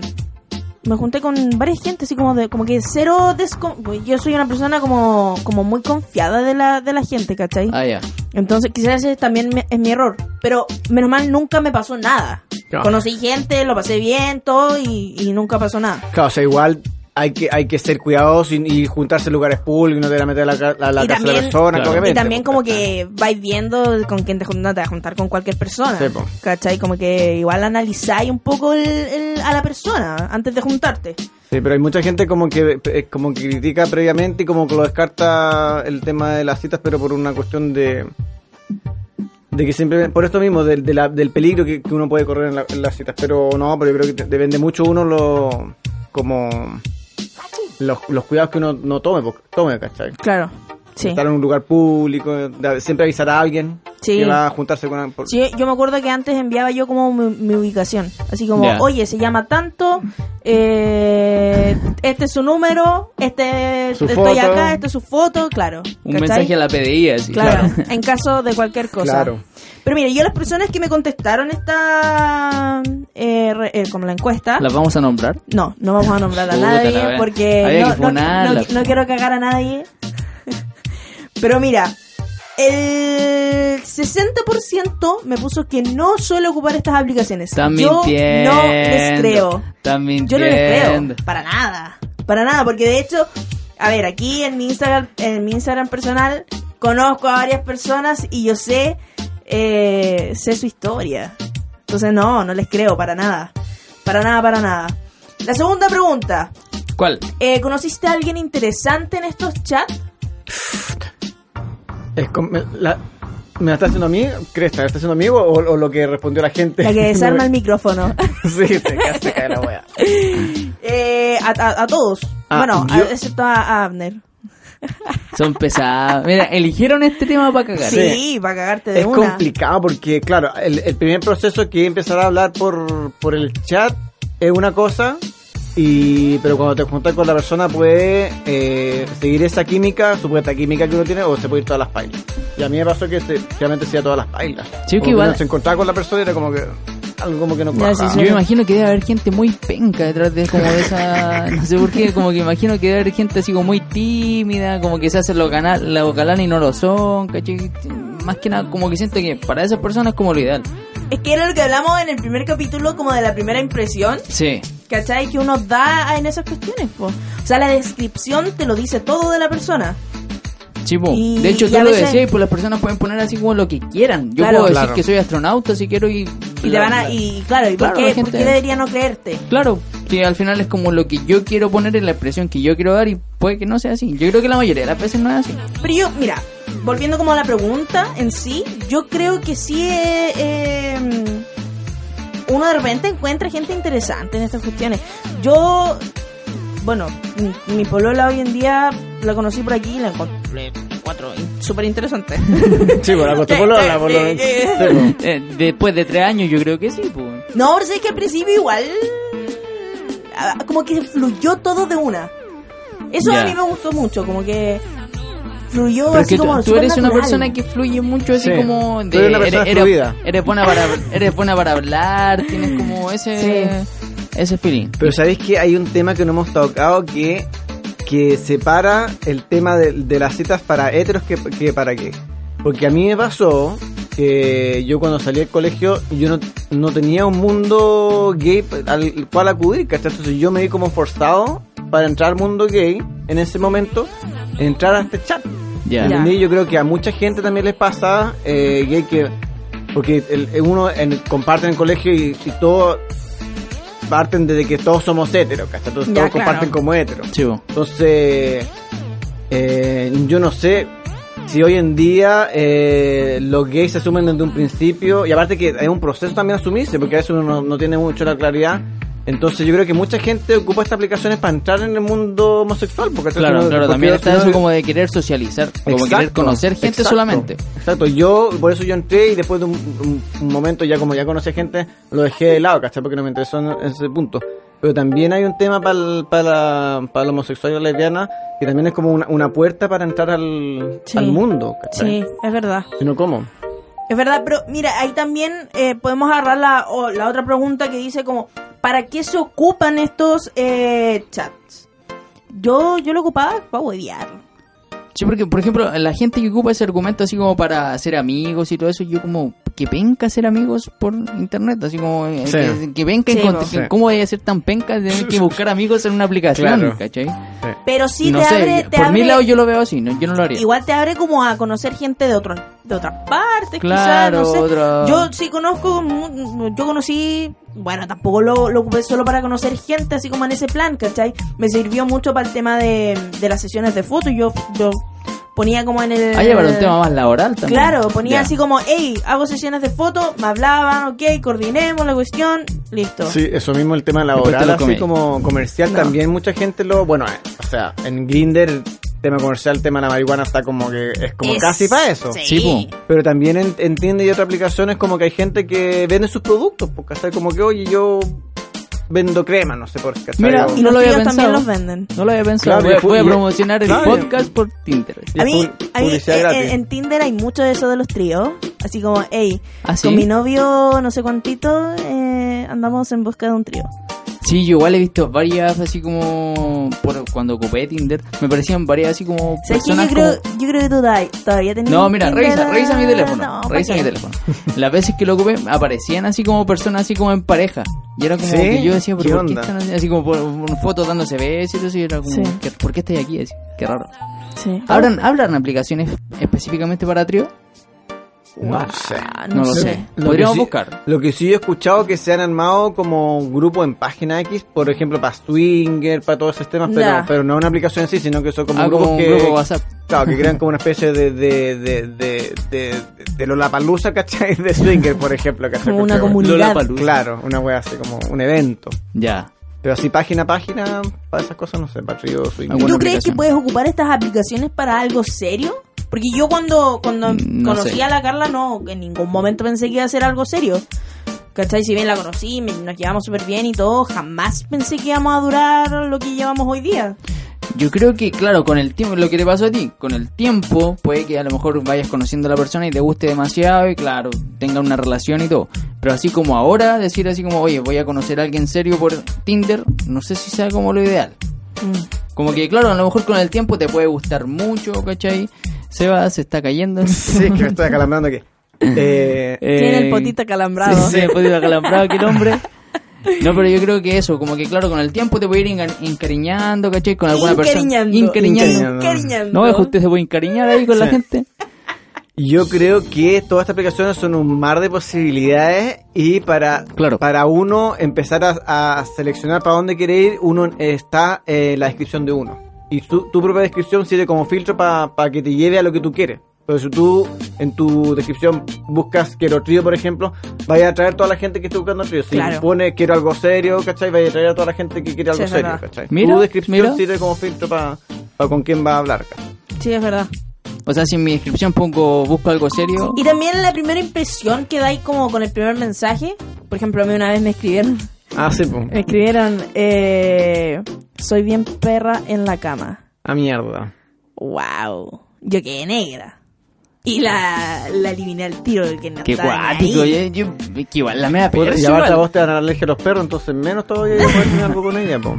Speaker 1: me junté con varias gente, así como de, como que cero descon- pues Yo soy una persona como, como muy confiada de la, de la gente, ¿cachai?
Speaker 3: Ah, ya.
Speaker 1: Entonces quizás ese también me- es mi error. Pero menos mal nunca me pasó nada.
Speaker 4: Claro.
Speaker 1: Conocí gente, lo pasé bien, todo, y, y nunca pasó nada.
Speaker 4: Claro, o sea, igual hay que, hay que ser cuidadosos y, y juntarse en lugares públicos, no te van a meter a la, ca- a la
Speaker 1: Y
Speaker 4: casa de la
Speaker 1: también-
Speaker 4: persona,
Speaker 3: claro.
Speaker 4: obviamente.
Speaker 1: Y también
Speaker 4: pues,
Speaker 1: como
Speaker 4: ¿cachai?
Speaker 1: que vais viendo con quién te juntas, no te vas a juntar con cualquier persona.
Speaker 4: Sí, po.
Speaker 1: ¿Cachai? Como que igual analizáis un poco el- el- a la persona antes de juntarte.
Speaker 4: Sí, pero hay mucha gente como que eh, como que critica previamente y como que lo descarta el tema de las citas, pero por una cuestión de de que siempre por esto mismo del- de la- del peligro que, que uno puede correr en, la- en las citas, pero no, pero yo creo que te- depende mucho uno lo como los, los cuidados que uno no tome, po- tome, ¿cachai?
Speaker 1: Claro. Sí.
Speaker 4: Estar en un lugar público, de- siempre avisar a alguien
Speaker 1: Sí.
Speaker 4: que va a juntarse con por-
Speaker 1: Sí, yo me acuerdo que antes enviaba yo como mi, mi ubicación. Así como,
Speaker 3: Ya.
Speaker 1: oye, se llama tanto, eh, este es su número, este
Speaker 4: Su
Speaker 1: estoy
Speaker 4: foto.
Speaker 1: acá, este es su foto, claro.
Speaker 3: Un
Speaker 1: ¿cachai?
Speaker 3: mensaje a la PDI, así.
Speaker 1: Claro, en caso de cualquier cosa.
Speaker 4: Claro.
Speaker 1: Pero mire, yo las personas que me contestaron esta, eh, re- eh, como la encuesta,
Speaker 3: ¿Las vamos a nombrar?
Speaker 1: No, no vamos a nombrar a
Speaker 3: Puta
Speaker 1: nadie
Speaker 3: la wea.
Speaker 1: porque
Speaker 3: Había
Speaker 1: no,
Speaker 3: que
Speaker 1: no-
Speaker 3: funarla, pues.
Speaker 1: no- no quiero cagar a nadie. Pero mira, el el 60% me puso que no suele ocupar estas aplicaciones.
Speaker 3: Están
Speaker 1: Yo
Speaker 3: mintiendo.
Speaker 1: no les creo.
Speaker 3: Están
Speaker 1: Yo no les creo.
Speaker 3: mintiendo.
Speaker 1: Para nada. Para nada, porque de hecho, a ver, aquí en mi Instagram, en mi Instagram personal, conozco a varias personas y yo sé, eh, sé su historia. Entonces no, no les creo para nada. Para nada, para nada. La segunda pregunta.
Speaker 3: ¿Cuál?
Speaker 1: eh, ¿Conociste a alguien interesante en estos chats?
Speaker 4: Es como- me- la, ¿Me la está haciendo a mí? ¿Cresta? ¿Me la está haciendo a mí o, o lo que respondió la gente?
Speaker 1: La que desarma el micrófono.
Speaker 4: Sí, se cae, se cae la wea.
Speaker 1: Eh, a, a- a todos.
Speaker 4: Ah,
Speaker 1: bueno, a-
Speaker 4: yo-
Speaker 1: excepto a, a Abner.
Speaker 3: Son pesados. Mira, eligieron este tema para cagar.
Speaker 1: Sí, para cagarte de
Speaker 4: Es
Speaker 1: una.
Speaker 4: complicado porque, claro, el, el primer proceso que empezar a hablar por, por el chat es una cosa, y pero cuando te juntas con la persona puede eh, seguir esa química, supuesta química que uno tiene, o se puede ir todas las pailas. Y a mí me pasó que se, realmente se iba a todas las pailas.
Speaker 3: Sí, que
Speaker 4: Como
Speaker 3: igual-
Speaker 4: no se encontraba con la persona y era como que algo como que no
Speaker 1: Ya, sí,
Speaker 4: cuajaba.
Speaker 1: sí.
Speaker 3: Yo me imagino que debe haber gente muy penca detrás de como de esa... No sé por qué, como que imagino que debe haber gente así como muy tímida, como que se hacen los cana- la bocalana y no lo son, ¿cachai? Más que nada, como que siento que para esas personas es como lo ideal.
Speaker 1: Es que era lo que hablamos en el primer capítulo, como de la primera impresión,
Speaker 3: Sí.
Speaker 1: ¿cachai? Que uno da en esas cuestiones, po. O sea, la descripción te lo dice todo de la persona.
Speaker 3: Chivo,
Speaker 1: Y-
Speaker 3: de hecho
Speaker 1: y
Speaker 3: tú
Speaker 1: a
Speaker 3: lo
Speaker 1: veces-
Speaker 3: decías y pues las personas pueden poner así como lo que quieran. Yo
Speaker 1: Claro.
Speaker 3: puedo decir
Speaker 4: Claro.
Speaker 3: que soy astronauta si quiero y...
Speaker 1: Y te van a, y claro, ¿y
Speaker 3: Claro,
Speaker 1: por,
Speaker 3: la
Speaker 1: qué,
Speaker 3: gente-
Speaker 1: por qué debería no creerte?
Speaker 3: Claro, que al final es como lo que yo quiero poner en la expresión que yo quiero dar y puede que no sea así. Yo creo que la mayoría de las veces no es así.
Speaker 1: Pero yo, mira, volviendo como a la pregunta en sí, yo creo que sí eh, eh, uno de repente encuentra gente interesante en estas cuestiones. Yo, bueno, mi, mi polola hoy en día la conocí por aquí y la encontré encuentro in- súper interesante.
Speaker 4: Sí, bueno, acostó
Speaker 1: Sí,
Speaker 4: por
Speaker 1: sí,
Speaker 4: la- por la-
Speaker 1: sí, sí.
Speaker 4: sí, bueno.
Speaker 3: Eh, después de tres años yo creo que sí, pues.
Speaker 1: no, pero sí que al principio igual ah, como que fluyó todo de una. Eso
Speaker 3: Ya.
Speaker 1: a mí me gustó mucho, como que fluyó
Speaker 3: Pero es
Speaker 1: así
Speaker 3: que tú,
Speaker 1: como
Speaker 3: tú eres una
Speaker 1: supernatural.
Speaker 3: persona que fluye mucho, así
Speaker 4: Sí.
Speaker 3: como...
Speaker 4: Tú eres una persona fluida.
Speaker 3: eres buena para, eres buena para hablar, tienes como ese... Ese feeling.
Speaker 4: Pero sabéis que hay un tema que no hemos tocado que, que separa el tema de, de las citas para heteros que, que para qué. Porque a mí me pasó que yo cuando salí del colegio yo no, no tenía un mundo gay al cual acudir, ¿cachai? Entonces yo me vi como forzado para entrar al mundo gay en ese momento, entrar a este chat.
Speaker 3: Ya.
Speaker 1: Ya.
Speaker 4: ¿Entendí? Yo creo que a mucha gente también les pasa eh, gay que. Porque el- el uno en, comparte en el colegio y, y todo. Parten desde que todos somos heteros, ¿cachai? Todos,
Speaker 1: Ya,
Speaker 4: todos
Speaker 1: claro.
Speaker 4: comparten como heteros.
Speaker 3: Chivo.
Speaker 4: Entonces. eh, yo no sé si hoy en día eh, los gays se asumen desde un principio. Y aparte que es un proceso también asumirse, porque a veces uno no, no tiene mucho la claridad. Entonces yo creo que mucha gente ocupa estas aplicaciones para entrar en el mundo homosexual. Porque
Speaker 3: Claro,
Speaker 4: porque
Speaker 3: claro, también está
Speaker 4: si
Speaker 3: eso
Speaker 4: no-
Speaker 3: como de querer socializar, como querer conocer gente
Speaker 4: exacto.
Speaker 3: solamente.
Speaker 4: Exacto, yo por eso yo entré y después de un, un- un momento ya como ya conocí gente, lo dejé de lado, ¿cachai? Porque no me interesó en en ese punto. Pero también hay un tema para el, para, para el homosexual y la lesbiana que también es como una, una puerta para entrar al,
Speaker 1: Sí.
Speaker 4: al mundo,
Speaker 1: Sí,
Speaker 4: ¿cachai?
Speaker 1: es verdad.
Speaker 4: Si no, ¿cómo?
Speaker 1: Es verdad, pero mira, ahí también eh, podemos agarrar la, o la otra pregunta que dice como, ¿para qué se ocupan estos eh, chats? Yo, yo lo ocupaba para hueviar.
Speaker 3: Sí, porque, por ejemplo, la gente que ocupa ese argumento así como para ser amigos y todo eso, yo como, que penca ser amigos por internet, así como, eh,
Speaker 4: Sí.
Speaker 3: que, que penca,
Speaker 1: Sí,
Speaker 3: encont-
Speaker 1: po.
Speaker 3: que- ¿cómo voy a ser tan penca de tener que buscar amigos en una aplicación?
Speaker 4: Claro.
Speaker 3: ¿cachai?
Speaker 1: Pero sí
Speaker 3: no
Speaker 1: te
Speaker 3: sé,
Speaker 1: abre, te
Speaker 3: por
Speaker 1: abre-
Speaker 3: mi lado yo lo veo así, no, yo no lo haría.
Speaker 1: igual te abre como a conocer gente de otros, de otras partes,
Speaker 3: Claro,
Speaker 1: quizás, no sé.
Speaker 3: otra-
Speaker 1: Yo sí conozco, mu- yo conocí, bueno, tampoco lo, lo ocupé solo para conocer gente, así como en ese plan, ¿cachai? Me sirvió mucho para el tema de, de las sesiones de fotos, yo, yo ponía como en el...
Speaker 3: Ah, ya, para un tema más laboral también.
Speaker 1: Claro, ponía
Speaker 3: Ya.
Speaker 1: así como, hey, hago sesiones de fotos, me hablaban, ok, coordinemos la cuestión, listo.
Speaker 4: Sí, eso mismo el tema
Speaker 3: Después te
Speaker 4: laboral,
Speaker 3: lo
Speaker 4: así
Speaker 3: comí.
Speaker 4: como comercial,
Speaker 1: No.
Speaker 4: también mucha gente lo, bueno, eh, o sea, en Grinder el tema comercial, el tema de la marihuana está como que es como
Speaker 1: Es-
Speaker 4: casi para eso.
Speaker 1: sí.
Speaker 3: Sí, po.
Speaker 4: Pero también en- entiende y otras aplicaciones como que hay gente que vende sus productos, pues, ¿cachai? Como que, oye, yo vendo crema, no sé por qué, ¿cachai?
Speaker 3: Mira,
Speaker 4: O-
Speaker 1: Y
Speaker 3: No
Speaker 1: los
Speaker 3: lo había
Speaker 1: tíos también
Speaker 3: pensado.
Speaker 1: los venden.
Speaker 3: No lo había pensado.
Speaker 4: Claro,
Speaker 3: voy,
Speaker 4: yo-
Speaker 3: voy a
Speaker 4: yo-
Speaker 3: promocionar el
Speaker 4: claro, yo-
Speaker 3: podcast por Tinder.
Speaker 4: y
Speaker 1: A
Speaker 4: es
Speaker 1: mí,
Speaker 4: pu-
Speaker 1: a mí,
Speaker 4: publicidad
Speaker 1: eh,
Speaker 4: gratis.
Speaker 1: en, en Tinder hay mucho de eso de los tríos. Así como, hey,
Speaker 3: ¿Ah, sí?
Speaker 1: con mi novio no sé cuántito, eh, andamos en busca de un trío.
Speaker 3: Sí, yo igual he visto varias así como por, cuando ocupé Tinder, me parecían varias así como
Speaker 1: ¿Sabes qué? Yo
Speaker 3: personas
Speaker 1: creo,
Speaker 3: como-
Speaker 1: yo creo que tú da- todavía tenés
Speaker 3: No, mira,
Speaker 1: Tinder,
Speaker 3: revisa,
Speaker 1: ¿verdad?
Speaker 3: revisa mi
Speaker 1: No,
Speaker 3: teléfono,
Speaker 1: ¿pa'
Speaker 3: revisa
Speaker 1: qué?
Speaker 3: mi teléfono. Las veces que lo ocupé aparecían así como personas así como en pareja. Y era como
Speaker 4: ¿Sí?
Speaker 3: que yo decía, pero
Speaker 4: ¿Qué
Speaker 3: ¿por qué
Speaker 4: onda?
Speaker 3: están así? Así como por, por fotos dándose besos y todo eso, y era como,
Speaker 1: Sí.
Speaker 3: ¿qué- ¿por qué estáis aquí? Así, qué raro.
Speaker 1: Sí.
Speaker 3: ¿Hablan, ¿Hablan aplicaciones específicamente para trío?
Speaker 4: No sé.
Speaker 1: Ah,
Speaker 3: No, lo sé.
Speaker 4: Lo que
Speaker 3: Podríamos
Speaker 4: sí-
Speaker 3: buscar.
Speaker 4: Lo que sí he escuchado que se han armado como grupo en página X, por ejemplo, para Swinger, para todos esos temas, pero,
Speaker 1: Ya.
Speaker 4: pero no una aplicación en sí, sino que son como
Speaker 3: Ah,
Speaker 4: grupos
Speaker 3: como un
Speaker 4: que.
Speaker 3: grupo WhatsApp.
Speaker 4: Claro, que crean como una especie de. de. de. de. de, de Lollapalooza, ¿cachai? De Swinger, por ejemplo, ¿cachai?
Speaker 1: Como una
Speaker 4: Porque-
Speaker 1: comunidad.
Speaker 3: Lollapalooza.
Speaker 4: Claro, una wea así, como un evento.
Speaker 3: Ya.
Speaker 4: Pero así página a página, para esas cosas, no sé, para trío, Swinger.
Speaker 1: ¿Y
Speaker 3: Alguna
Speaker 1: tú crees que
Speaker 3: aplicación.
Speaker 1: puedes ocupar estas aplicaciones para algo serio? Porque yo cuando, cuando
Speaker 3: Mm, no
Speaker 1: conocí
Speaker 3: sé.
Speaker 1: a la Carla, no, en ningún momento pensé que iba a ser algo serio. ¿Cachai? Si bien la conocí, me- nos llevamos súper bien y todo, jamás pensé que íbamos a durar lo que llevamos hoy día.
Speaker 3: Yo creo que, claro, con el tiempo, lo que te pasó a ti, con el tiempo puede que a lo mejor vayas conociendo a la persona y te guste demasiado y, claro, tenga una relación y todo. Pero así como ahora, decir así como, oye, voy a conocer a alguien serio por Tinder, no sé si sea como lo ideal. Mm. Como que, claro, a lo mejor con el tiempo te puede gustar mucho, ¿cachai? Seba se está cayendo.
Speaker 4: Sí, que me estoy acalambrando aquí. Eh,
Speaker 1: Tiene el
Speaker 3: Eh,
Speaker 1: potito acalambrado.
Speaker 3: Sí, sí, el potito acalambrado, qué nombre. No, pero yo creo que eso, como que claro, con el tiempo te voy a ir enga- encariñando, ¿cachai? Con alguna
Speaker 1: Encariñando.
Speaker 3: persona. Encariñando.
Speaker 4: Encariñando.
Speaker 1: Encariñando.
Speaker 3: No, es que usted se puede encariñar ahí con la
Speaker 4: Sí.
Speaker 3: gente.
Speaker 4: Yo creo que todas estas aplicaciones son un mar de posibilidades y para,
Speaker 3: Claro.
Speaker 4: para uno empezar a, a seleccionar para dónde quiere ir, uno está eh, la descripción de uno. Y su- tu propia descripción sirve como filtro para que te lleve a lo que tú quieres. Pero si tú en tu descripción buscas quiero trío, por ejemplo, vaya a atraer toda la gente que está buscando trío. Si
Speaker 1: Claro.
Speaker 4: pones quiero algo serio, ¿cachai? Vaya a atraer a toda la gente que quiere
Speaker 1: Sí,
Speaker 4: algo
Speaker 1: es
Speaker 4: serio,
Speaker 1: verdad.
Speaker 4: ¿cachai?
Speaker 3: Mira,
Speaker 4: tu descripción
Speaker 3: mira.
Speaker 4: sirve como filtro para con quién va a hablar. ¿cachai?
Speaker 1: Sí, es verdad.
Speaker 3: O sea, si en mi descripción pongo, busco algo serio.
Speaker 1: Y también la primera impresión que dais como con el primer mensaje. Por ejemplo, a mí una vez me escribieron,
Speaker 4: Ah, sí, pues.
Speaker 1: me escribieron, eh, soy bien perra en la cama.
Speaker 4: A Ah, mierda.
Speaker 1: Wow, yo quedé negra. Y la, la eliminé al tiro del que no
Speaker 3: Qué
Speaker 1: estaba
Speaker 3: guático,
Speaker 1: ahí.
Speaker 3: oye, yo, que igual la media
Speaker 4: Puta,
Speaker 3: perra,
Speaker 4: y aparte a
Speaker 3: igual.
Speaker 4: vos te van a alergia a los perros, entonces menos todavía yo poder tener algo con ella, po.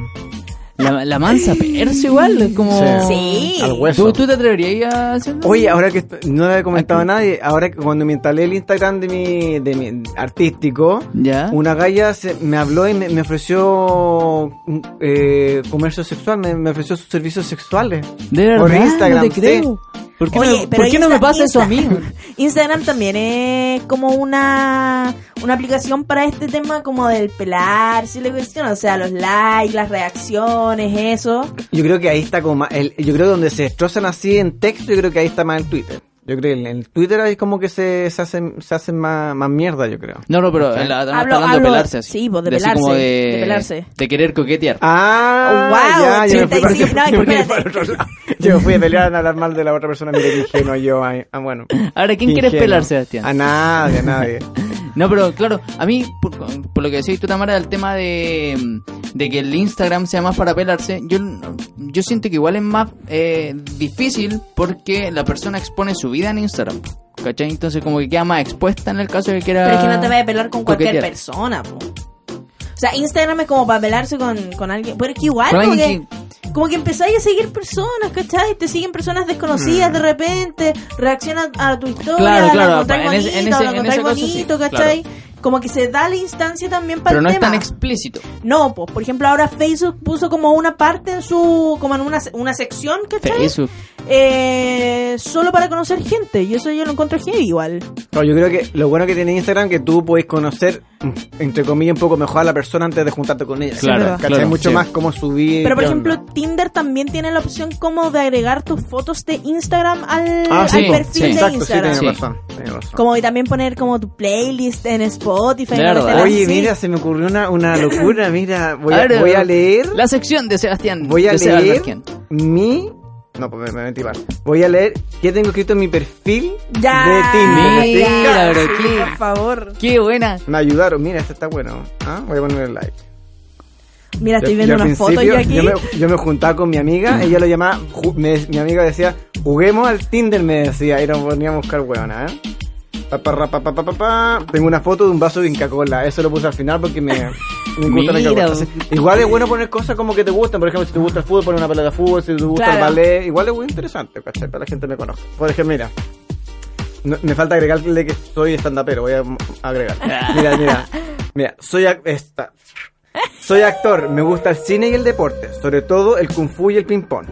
Speaker 3: La, la mansa persa igual, es como...
Speaker 1: Sí.
Speaker 4: Al
Speaker 3: ¿Tú,
Speaker 4: hueso.
Speaker 3: tú te atreverías a hacerlo?
Speaker 4: Oye, ahora que est- no le he comentado a nadie, ahora que cuando me instalé el Instagram de mi, de mi artístico,
Speaker 3: Ya.
Speaker 4: una galla se- me habló y me, me ofreció mm, eh, comercio sexual, me, me ofreció sus servicios sexuales.
Speaker 3: De verdad,
Speaker 4: por Instagram,
Speaker 3: no te
Speaker 4: sí.
Speaker 3: creo. ¿Por qué,
Speaker 1: Oye,
Speaker 3: no,
Speaker 1: pero
Speaker 3: ¿por qué no
Speaker 1: Insta-
Speaker 3: me pasa eso a mí?
Speaker 1: Insta- Instagram también es como una, una aplicación para este tema como del pelar, si le cuestión, o sea, los likes, las reacciones, eso.
Speaker 4: Yo creo que ahí está como más, el- yo creo que donde se destrozan así en texto, yo creo que ahí está más el Twitter. Yo creo que en el Twitter ahí es como que se, se hacen, se hacen más, más mierda, yo creo.
Speaker 3: No, no, pero la, la-
Speaker 1: Hablo-
Speaker 3: está hablando
Speaker 1: hablo-
Speaker 3: de pelarse así.
Speaker 1: sí, pues, de
Speaker 3: así
Speaker 1: pelarse,
Speaker 3: como
Speaker 1: de pelarse.
Speaker 3: de querer coquetear.
Speaker 4: Ah,
Speaker 1: Oh, wow,
Speaker 4: ya, yo me fui
Speaker 1: 85, no,
Speaker 4: para- yo me fui
Speaker 1: espérate.
Speaker 4: para otro lado. Yo me fui a pelear a hablar mal de la otra persona, mire que ingenuo yo. ay, ah, bueno.
Speaker 3: Ahora, ¿quién quieres
Speaker 4: Ingenuo.
Speaker 3: pelar, Sebastián?
Speaker 4: A nadie, a nadie.
Speaker 3: No, pero claro, a mí, por, por lo que decís tú, Tamara, el tema de, de que el Instagram sea más para pelarse, yo, yo siento que igual es más eh, difícil porque la persona expone su vida en Instagram. ¿Cachai? Entonces como que queda más expuesta en el caso de que quiera...
Speaker 1: Pero es que no te vayas a pelar con cualquier
Speaker 3: Ah, coquetear.
Speaker 1: persona, po. O sea, Instagram es como para pelarse con, con alguien. Pero es que igual,
Speaker 3: Con
Speaker 1: como que,
Speaker 3: alguien
Speaker 1: como que empezáis a seguir personas, ¿cachai? Te siguen personas desconocidas de repente, reaccionan a tu historia,
Speaker 3: Mm. Claro,
Speaker 1: la
Speaker 3: claro,
Speaker 1: encontráis
Speaker 3: en ese- en
Speaker 1: bonita,
Speaker 3: ese-
Speaker 1: la
Speaker 3: en
Speaker 1: encontráis
Speaker 3: ese caso sí,
Speaker 1: bonito,
Speaker 3: claro.
Speaker 1: ¿cachai? Como que se da la instancia también para
Speaker 3: Pero
Speaker 1: el
Speaker 3: no es
Speaker 1: tema.
Speaker 3: tan explícito.
Speaker 1: no, pues, por ejemplo, ahora Facebook puso como una parte en su, como en una, se- una sección, ¿cachai?
Speaker 3: Facebook.
Speaker 1: Eh, solo para conocer gente, y eso yo lo encuentro heavy igual.
Speaker 4: No, yo creo que lo bueno que tiene Instagram es que tú podés conocer, entre comillas, un poco mejor a la persona antes de juntarte con ella.
Speaker 3: Claro,
Speaker 4: ¿cachai?
Speaker 3: claro,
Speaker 4: mucho
Speaker 3: sí.
Speaker 4: más cómo subir.
Speaker 1: Pero por
Speaker 4: qué
Speaker 1: ejemplo,
Speaker 4: onda.
Speaker 1: Tinder también tiene la opción como de agregar tus fotos de Instagram al,
Speaker 4: Ah,
Speaker 1: al
Speaker 4: sí,
Speaker 1: perfil
Speaker 3: sí.
Speaker 1: de
Speaker 4: exacto, sí,
Speaker 1: Instagram.
Speaker 4: tienes
Speaker 3: Sí.
Speaker 4: razón. tenés razón.
Speaker 1: Como y también poner como tu playlist en Spotify.
Speaker 3: Claro.
Speaker 1: no meterla
Speaker 4: Oye,
Speaker 1: así.
Speaker 4: mira, se me ocurrió una, una locura. Mira, voy
Speaker 3: ver,
Speaker 4: a, voy a leer.
Speaker 3: La sección de Sebastián.
Speaker 4: Voy a
Speaker 3: de Seba
Speaker 4: leer
Speaker 3: Alberquén.
Speaker 4: mi. No, pues me, me metí mal. Voy a leer qué tengo escrito en mi perfil
Speaker 1: Ya.
Speaker 4: de Tinder.
Speaker 3: Mira,
Speaker 4: ¿Sí?
Speaker 3: bro,
Speaker 1: sí,
Speaker 3: qué-
Speaker 1: por favor.
Speaker 3: Qué buena.
Speaker 4: Me ayudaron, mira, este está bueno. Ah, Voy a poner el like.
Speaker 1: Mira, estoy
Speaker 4: Yo-
Speaker 1: viendo
Speaker 4: yo al
Speaker 1: una foto yo
Speaker 4: principio,
Speaker 1: aquí.
Speaker 4: me, yo me juntaba con mi amiga,
Speaker 3: Mm.
Speaker 4: ella lo llamaba. ju- me- mi amiga decía, juguemos al Tinder, me decía. Y nos poníamos a buscar huevona, ¿eh? Pa, pa, ra, pa, pa, pa, pa, pa. Tengo una foto de un vaso de Inca Cola. Eso lo puse al final porque me, me gusta la Inca Kola.
Speaker 3: Mira.
Speaker 4: Entonces, Igual es bueno poner cosas como que te gustan. Por ejemplo, si te gusta el fútbol, poner una pelota de fútbol. Si te gusta
Speaker 1: Claro.
Speaker 4: el ballet, igual es muy interesante, ¿cachai? Para la gente me conoce. Por ejemplo, mira. No- me falta agregarle que soy estandapero. Voy a mm, agregar. Mira, mira. Mira, soy ac- esta. Soy actor. Me gusta el cine y el deporte. Sobre todo el kung fu y el ping pong.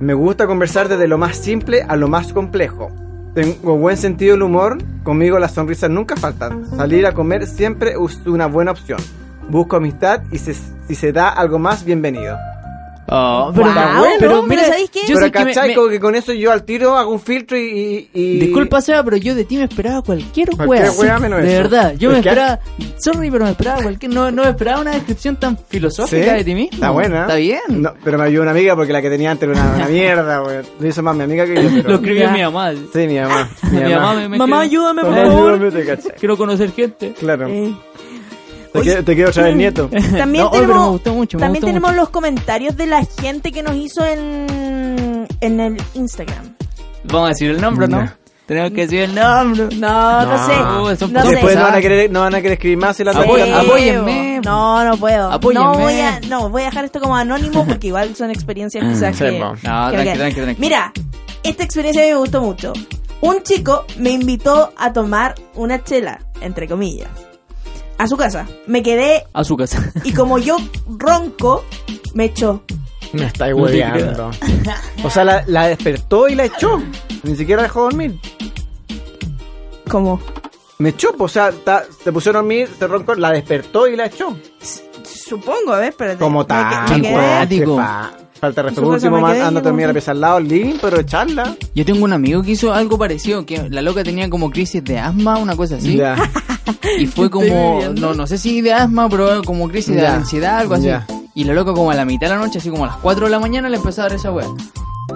Speaker 4: Me gusta conversar desde lo más simple a lo más complejo. Tengo buen sentido del humor, conmigo las sonrisas nunca faltan. Salir a comer siempre es una buena opción. Busco amistad y se- si se da algo más, bienvenido.
Speaker 3: Oh, pero,
Speaker 1: Guau,
Speaker 3: está bueno,
Speaker 1: pero ¿sabéis qué?
Speaker 3: yo
Speaker 4: Pero
Speaker 3: sé que me-
Speaker 4: cachai,
Speaker 3: me-
Speaker 4: como que con eso yo al tiro hago un filtro y... y- y-
Speaker 3: Disculpa, Seba, pero yo de ti me esperaba cualquier
Speaker 4: Cualquier
Speaker 3: wea.
Speaker 4: wea menos
Speaker 3: de
Speaker 4: eso.
Speaker 3: verdad, yo
Speaker 4: Es
Speaker 3: me
Speaker 4: que-
Speaker 3: esperaba. Sorry, pero me esperaba cualquier. No, no me esperaba una descripción tan
Speaker 4: Sí,
Speaker 3: filosófica de ti mismo.
Speaker 4: Está buena.
Speaker 3: Está bien.
Speaker 4: No, pero me ayudó una amiga porque la que tenía antes era una, una mierda, weón. Lo hizo más mi amiga que yo. pero-
Speaker 3: Lo escribió
Speaker 1: Ya.
Speaker 3: mi mamá.
Speaker 4: Sí, mi mamá. Mi,
Speaker 3: Mi mamá me, me
Speaker 1: Mamá,
Speaker 3: escribió,
Speaker 1: ayúdame, por
Speaker 4: Mamá,
Speaker 1: favor.
Speaker 4: ayúdame, te cachai.
Speaker 3: Quiero conocer gente.
Speaker 4: Claro.
Speaker 1: Eh,
Speaker 4: Te quedo- te quiero traer nieto.
Speaker 1: También
Speaker 3: No, oye,
Speaker 1: tenemos,
Speaker 3: pero me gustó mucho, me
Speaker 1: también
Speaker 3: gustó
Speaker 1: tenemos
Speaker 3: mucho.
Speaker 1: los comentarios de la gente que nos hizo en, en el Instagram.
Speaker 3: Vamos a decir el nombre, ¿no?
Speaker 4: No.
Speaker 3: Tenemos que decir el nombre.
Speaker 1: No, no,
Speaker 4: No.
Speaker 3: Oh,
Speaker 1: sé.
Speaker 3: son
Speaker 1: No sé.
Speaker 4: Después no van, a querer, no van a querer escribir más y la
Speaker 1: Sí.
Speaker 3: Apoya- apóyenme.
Speaker 1: No, no puedo.
Speaker 3: Apóyenme.
Speaker 1: No voy, a, no, voy a dejar esto como anónimo porque igual son experiencias quizás
Speaker 4: Sí,
Speaker 1: que...
Speaker 4: po. No,
Speaker 1: que
Speaker 3: tranqui,
Speaker 1: quedan.
Speaker 3: tranqui, tranqui.
Speaker 1: Mira, esta experiencia a mí me gustó mucho. Un chico me invitó a tomar una chela, entre comillas, a su casa. Me quedé
Speaker 3: A su casa.
Speaker 1: y como yo ronco, me echó.
Speaker 4: Me estáis
Speaker 3: No te
Speaker 4: hueveando. O sea, la, la despertó y la echó. Ni siquiera dejó dormir.
Speaker 1: Como...
Speaker 4: Me echó, po, o sea, ta- te pusieron a dormir, te roncó, la despertó y la echó.
Speaker 1: Supongo, a ver, pero...
Speaker 4: Como
Speaker 1: tal
Speaker 4: tal.
Speaker 3: me
Speaker 4: po,
Speaker 3: quedé.
Speaker 4: jefa. Falta de respeto.
Speaker 1: Eso fue,
Speaker 4: Último,
Speaker 1: me
Speaker 4: man,
Speaker 1: quedé,
Speaker 4: anda
Speaker 1: yo
Speaker 4: a terminar
Speaker 1: como-
Speaker 4: la pieza al lado, al living, pero echarla.
Speaker 3: Yo tengo un amigo que hizo algo parecido, que la loca tenía como crisis de asma, una cosa así.
Speaker 4: Ya.
Speaker 3: Y fue como, no, no sé si de asma, pero como crisis de
Speaker 4: Ya.
Speaker 3: ansiedad, algo así.
Speaker 4: Ya.
Speaker 3: Y la loca como a la mitad de la noche, así como a las 4 de la mañana, le empezó a dar esa wea.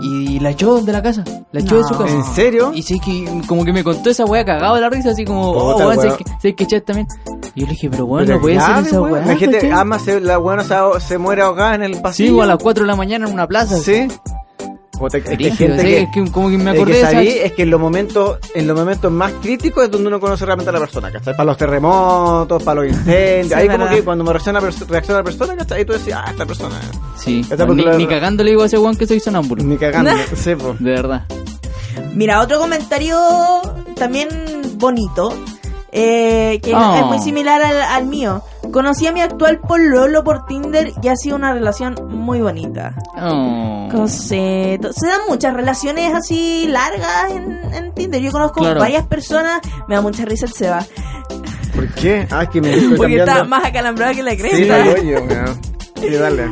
Speaker 3: Y la echó de la casa, la echó de su
Speaker 1: No.
Speaker 3: casa.
Speaker 4: ¿En serio?
Speaker 3: Y sí, que como que me contó esa wea cagado de la risa, así como, oh,
Speaker 4: Puta,
Speaker 3: weón, sé
Speaker 4: weón.
Speaker 3: que, sé que echaste también. Y yo le dije, pero bueno,
Speaker 4: Pero
Speaker 3: no puede ser
Speaker 4: grave,
Speaker 3: esa
Speaker 4: weón. ah,
Speaker 3: wea.
Speaker 4: La gente
Speaker 3: ¿cachai?
Speaker 4: ama, se, la buena se, se muere ahogada en el
Speaker 3: Sí,
Speaker 4: pasillo.
Speaker 3: o a las 4 de la mañana en una plaza.
Speaker 4: Sí. Puta, es que hay
Speaker 3: Brígido,
Speaker 4: gente
Speaker 3: sí,
Speaker 4: que-
Speaker 3: es que como que me
Speaker 4: Es
Speaker 3: acordé
Speaker 4: que
Speaker 3: de esa-
Speaker 4: sabí, es que en los momentos, en los momentos más críticos es donde uno conoce realmente a la persona, ¿cachai? Para los terremotos, para los incendios,
Speaker 1: Sí,
Speaker 4: ahí
Speaker 1: verdad.
Speaker 4: como que cuando me reacciona, reacciona la persona, ¿cachai? Ahí tú decís, ah, esta persona.
Speaker 3: Sí,
Speaker 4: Esta porque
Speaker 3: ni,
Speaker 4: la-
Speaker 3: ni cagando le digo a ese weón que soy sonámbulo.
Speaker 4: Ni cagando,
Speaker 1: Nah.
Speaker 4: sí, po.
Speaker 3: De verdad.
Speaker 1: Mira, otro comentario también bonito, eh, que
Speaker 3: Oh.
Speaker 1: es muy similar al, al mío. Conocí a mi actual pololo por Tinder y ha sido una relación muy bonita.
Speaker 3: Oh.
Speaker 1: Conceto. Se dan muchas relaciones así largas en, en Tinder. Yo conozco
Speaker 3: Claro.
Speaker 1: varias personas. Me da mucha risa el Seba.
Speaker 4: ¿Por qué? Ah, es que me estoy
Speaker 1: Porque está
Speaker 4: cambiando.
Speaker 1: más acalambrado que la
Speaker 4: Sí,
Speaker 1: cresta.
Speaker 4: no, yo, weón. Sí, dale.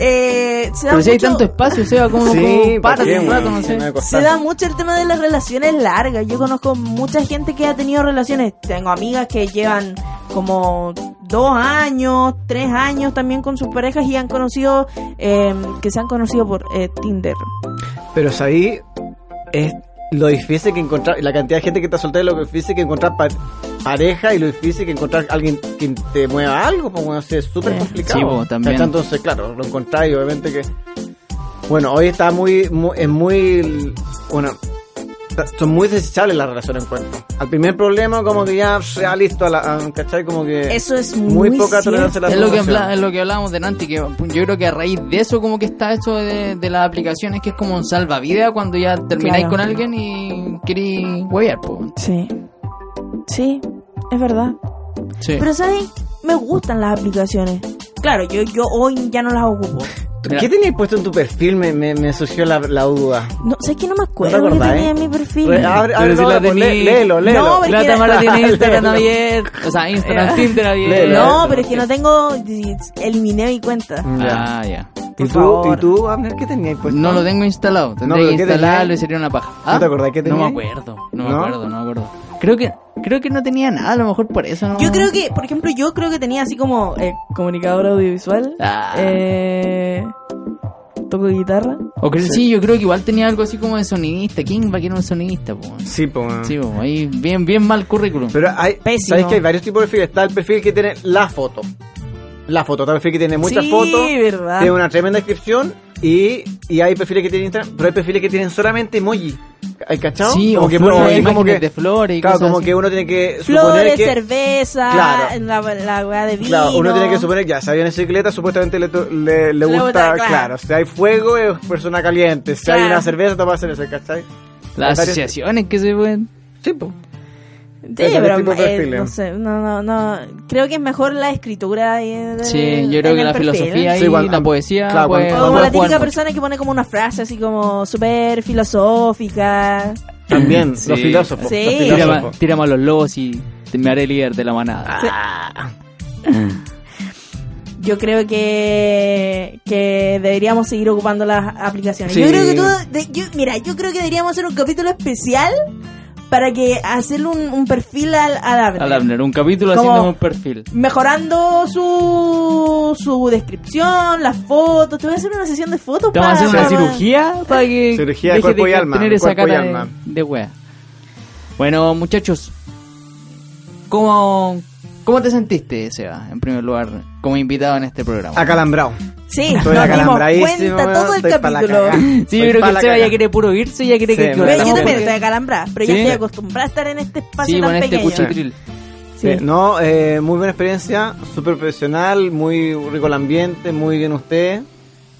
Speaker 1: Eh, se da
Speaker 3: Pero si hay
Speaker 1: mucho-
Speaker 3: tanto espacio, Seba, como,
Speaker 4: Sí,
Speaker 3: como párate un
Speaker 4: weón?
Speaker 3: rato, no
Speaker 4: Se me va
Speaker 3: sé.
Speaker 4: a costar.
Speaker 1: Se da mucho el tema de las relaciones largas. Yo conozco mucha gente que ha tenido relaciones. Tengo amigas que llevan como dos años, tres años también con sus parejas y han conocido, eh, que se han conocido por eh, Tinder.
Speaker 4: Pero sabí, es lo difícil que encontrar, la cantidad de gente que está soltera, lo difícil que encontrar pa- pareja y lo difícil que encontrar alguien que te mueva algo, pues bueno, o sea, es súper
Speaker 1: Sí.
Speaker 4: complicado.
Speaker 3: Sí, pues, también.
Speaker 4: ¿Cachai? Entonces, claro, lo encontráis, obviamente que... Bueno, hoy está muy, muy- es muy, bueno, ta- son muy desechables las relaciones encuentro. Al primer problema, como que ya, ya listo, a la, a- ¿cachai? Como que...
Speaker 1: Eso es muy,
Speaker 4: muy, poca
Speaker 1: cierto.
Speaker 4: tolerancia a la
Speaker 3: Es lo, que
Speaker 4: frustración.
Speaker 3: habla- es lo que hablábamos delante, que yo creo que a raíz de eso como que está esto de, de las aplicaciones que es como un salvavidas cuando ya termináis
Speaker 1: Claro.
Speaker 3: con alguien y queréis huevear, po.
Speaker 1: Sí. Sí, es verdad.
Speaker 3: Sí.
Speaker 1: Pero ¿saben? Me gustan las aplicaciones. Claro, yo, yo hoy ya no las ocupo.
Speaker 4: ¿Qué tenías puesto en tu perfil? Me, me, me surgió la, la duda.
Speaker 1: No, sé que no me acuerdo
Speaker 4: ¿No
Speaker 1: lo
Speaker 4: te
Speaker 1: que
Speaker 4: acordás,
Speaker 1: tenía
Speaker 4: eh?
Speaker 1: en mi perfil.
Speaker 4: Re- abre-
Speaker 3: Pero
Speaker 4: ábrelo
Speaker 3: si la
Speaker 4: ahora, pues,
Speaker 3: tenía-
Speaker 4: lé- léelo, léelo.
Speaker 1: No, pero-
Speaker 3: La Tamara tiene
Speaker 4: Léelo.
Speaker 3: Instagram abierto, o sea, Instagram, Tinder abierto.
Speaker 4: Léelo.
Speaker 1: No, pero es que
Speaker 4: eh.
Speaker 1: no tengo... Eliminé mi cuenta.
Speaker 4: Ya.
Speaker 3: Ah, ya.
Speaker 4: ¿Y
Speaker 1: por
Speaker 4: tú,
Speaker 1: favor.
Speaker 4: ¿Y tú, Abner, qué tenías puesto?
Speaker 3: No lo tengo instalado, tendría
Speaker 4: pero
Speaker 3: que
Speaker 4: ¿qué tenía?
Speaker 3: instalarlo y sería una paja. Ah,
Speaker 4: te acordás qué
Speaker 3: No
Speaker 4: tenía?
Speaker 3: me acuerdo, no, me
Speaker 4: ¿No?
Speaker 3: acuerdo, no me acuerdo. Creo que, creo que no tenía nada, a lo mejor por eso no.
Speaker 1: Yo creo que, por ejemplo, yo creo que tenía así como eh, comunicador audiovisual,
Speaker 3: Ah.
Speaker 1: eh, toco guitarra.
Speaker 3: O creo- sí. yo creo que igual tenía algo así como de sonidista. ¿Quién va a querer un sonidista, po?
Speaker 4: Sí, pues.
Speaker 3: Sí, po, ahí bien, bien mal currículum.
Speaker 4: Pero hay,
Speaker 1: Pésimo.
Speaker 4: ¿sabes que hay varios tipos de perfiles? Está el perfil que tiene la foto. La foto, está el perfil que tiene muchas
Speaker 1: Sí,
Speaker 4: fotos.
Speaker 1: verdad.
Speaker 4: Tiene una tremenda descripción y, y hay perfiles que tienen Instagram, pero hay perfiles que tienen solamente emoji. ¿Hay cachado?
Speaker 3: Sí, o
Speaker 4: que,
Speaker 3: flores,
Speaker 4: uno-
Speaker 3: imágenes de flores y
Speaker 4: claro,
Speaker 3: cosas
Speaker 4: como
Speaker 3: así.
Speaker 4: que uno tiene que
Speaker 1: Flores,
Speaker 4: suponer que...
Speaker 1: cerveza,
Speaker 4: Claro.
Speaker 1: la, la weá de vino.
Speaker 4: Claro, uno tiene que suponer, ya, si hay una bicicleta, supuestamente le, to- le, le gusta,
Speaker 1: gusta,
Speaker 4: claro.
Speaker 1: claro.
Speaker 4: si hay fuego, es persona caliente, si hay
Speaker 1: Claro.
Speaker 4: una cerveza, toma cerveza, ¿cachai?
Speaker 3: Las
Speaker 4: Varios-
Speaker 3: asociaciones que se pueden.
Speaker 4: Sí, po.
Speaker 1: Sí,
Speaker 4: Ese
Speaker 1: pero
Speaker 4: tipo de
Speaker 1: eh,
Speaker 4: perfil, ¿eh?
Speaker 1: no sé, no, no, no. Creo que es mejor la escritura. ahí en-
Speaker 3: Sí,
Speaker 1: Eh,
Speaker 3: yo creo
Speaker 1: en
Speaker 3: que
Speaker 1: el
Speaker 3: la
Speaker 1: perfil.
Speaker 3: filosofía y
Speaker 4: Sí, cuando-
Speaker 3: la poesía. pues,
Speaker 4: claro,
Speaker 3: puede-
Speaker 1: O
Speaker 4: cuando-
Speaker 3: puede
Speaker 1: como la
Speaker 3: jugar
Speaker 1: típica
Speaker 3: mucho.
Speaker 1: persona que pone como una frase así como súper filosófica.
Speaker 4: También,
Speaker 3: Sí.
Speaker 4: los filósofos.
Speaker 1: Sí.
Speaker 4: los
Speaker 1: Tira
Speaker 3: Tírame-
Speaker 4: filósofos.
Speaker 3: tírame a los lobos y te me haré líder de la manada. Ah.
Speaker 1: Yo creo que, que deberíamos seguir ocupando las aplicaciones.
Speaker 4: Sí.
Speaker 1: Yo creo que tú, de- yo- mira, yo creo que deberíamos hacer un capítulo especial para que hacerle un, un perfil al, al Abner.
Speaker 3: Al Abner, un capítulo
Speaker 1: Como-
Speaker 3: haciendo un perfil.
Speaker 1: Mejorando su, su descripción, las fotos. Te voy a hacer una sesión de fotos
Speaker 3: Te vamos a hacer una
Speaker 1: para-
Speaker 3: cirugía para que
Speaker 4: Cirugía de
Speaker 3: deje
Speaker 4: cuerpo y alma,
Speaker 3: tener esa
Speaker 4: cuerpo y
Speaker 3: cara de-
Speaker 4: alma.
Speaker 3: De, wea. Bueno, muchachos, ¿cómo, ¿cómo te sentiste, Seba, en primer lugar, como invitado en este programa?
Speaker 4: Acalambrado.
Speaker 1: Sí,
Speaker 4: Estoy
Speaker 1: nos dimos
Speaker 4: acalambradísimo.
Speaker 1: cuenta todo el
Speaker 4: estoy pa' la
Speaker 1: capítulo.
Speaker 4: cagá.
Speaker 3: Sí,
Speaker 4: Estoy
Speaker 3: pero
Speaker 4: pa'
Speaker 3: que el
Speaker 4: la
Speaker 3: Seba ya
Speaker 4: cagá.
Speaker 3: quiere puro irse, ya quiere
Speaker 4: Sí,
Speaker 3: que
Speaker 4: me
Speaker 1: Pero yo
Speaker 4: Hablamos
Speaker 1: también
Speaker 4: de-
Speaker 1: estoy acalambrada, pero
Speaker 3: Sí.
Speaker 1: ya estoy acostumbrada a estar en este espacio
Speaker 3: Sí,
Speaker 1: tan
Speaker 3: con este
Speaker 1: pequeño.
Speaker 3: cuchitril.
Speaker 1: Sí.
Speaker 4: Eh, no, eh, muy buena experiencia, súper profesional, muy rico el ambiente, muy bien usted.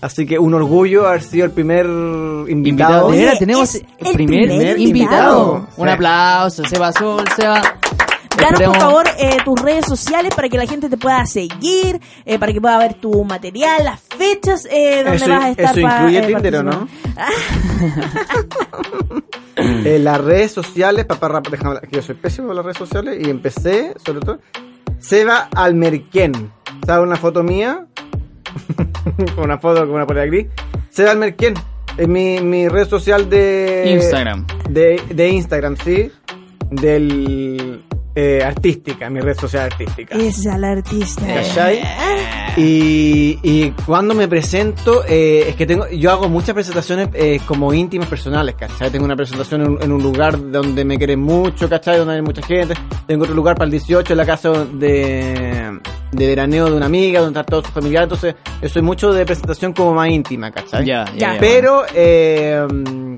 Speaker 4: Así que un orgullo haber sido el primer invitado.
Speaker 3: Invitado. de
Speaker 1: Oye,
Speaker 3: era, tenemos
Speaker 1: es
Speaker 3: el
Speaker 1: el
Speaker 3: primer,
Speaker 1: primer
Speaker 3: invitado.
Speaker 4: invitado.
Speaker 3: Un
Speaker 4: Sí.
Speaker 3: aplauso, Seba Sol, Seba.
Speaker 1: Danos por
Speaker 3: Esperemos-
Speaker 1: favor eh, tus redes sociales para que la gente te pueda seguir, eh, para que pueda ver tu material, las fechas eh, donde
Speaker 4: Eso-
Speaker 1: vas a estar.
Speaker 4: eso
Speaker 1: pa-
Speaker 4: incluye
Speaker 1: eh,
Speaker 4: Tinder, ¿o no?
Speaker 1: participando. Ah,
Speaker 4: Eh, las redes sociales, papá, rap- déjame hablar, que yo soy pésimo en las redes sociales y empecé, sobre todo, Seba Almerquén. ¿Sabes una foto mía? Con una foto con una polera gris. Seba Almerquén. Es mi, mi red social de...
Speaker 3: Instagram.
Speaker 4: De, de Instagram, sí. Del... eh, artística, mi red social artística.
Speaker 1: Esa la artista.
Speaker 4: ¿Cachai? Y, y cuando me presento, eh, es que tengo, yo hago muchas presentaciones eh, como íntimas personales, ¿cachai? Tengo una presentación en, en un lugar donde me quieren mucho, ¿cachai? Donde hay mucha gente. Tengo otro lugar para el 18, en la casa de, de veraneo de una amiga, donde están todos sus familiares. Entonces, yo soy mucho de presentación como más íntima, ¿cachai?
Speaker 3: Ya, ya,
Speaker 1: Ya.
Speaker 3: ya.
Speaker 4: Pero eh, mm,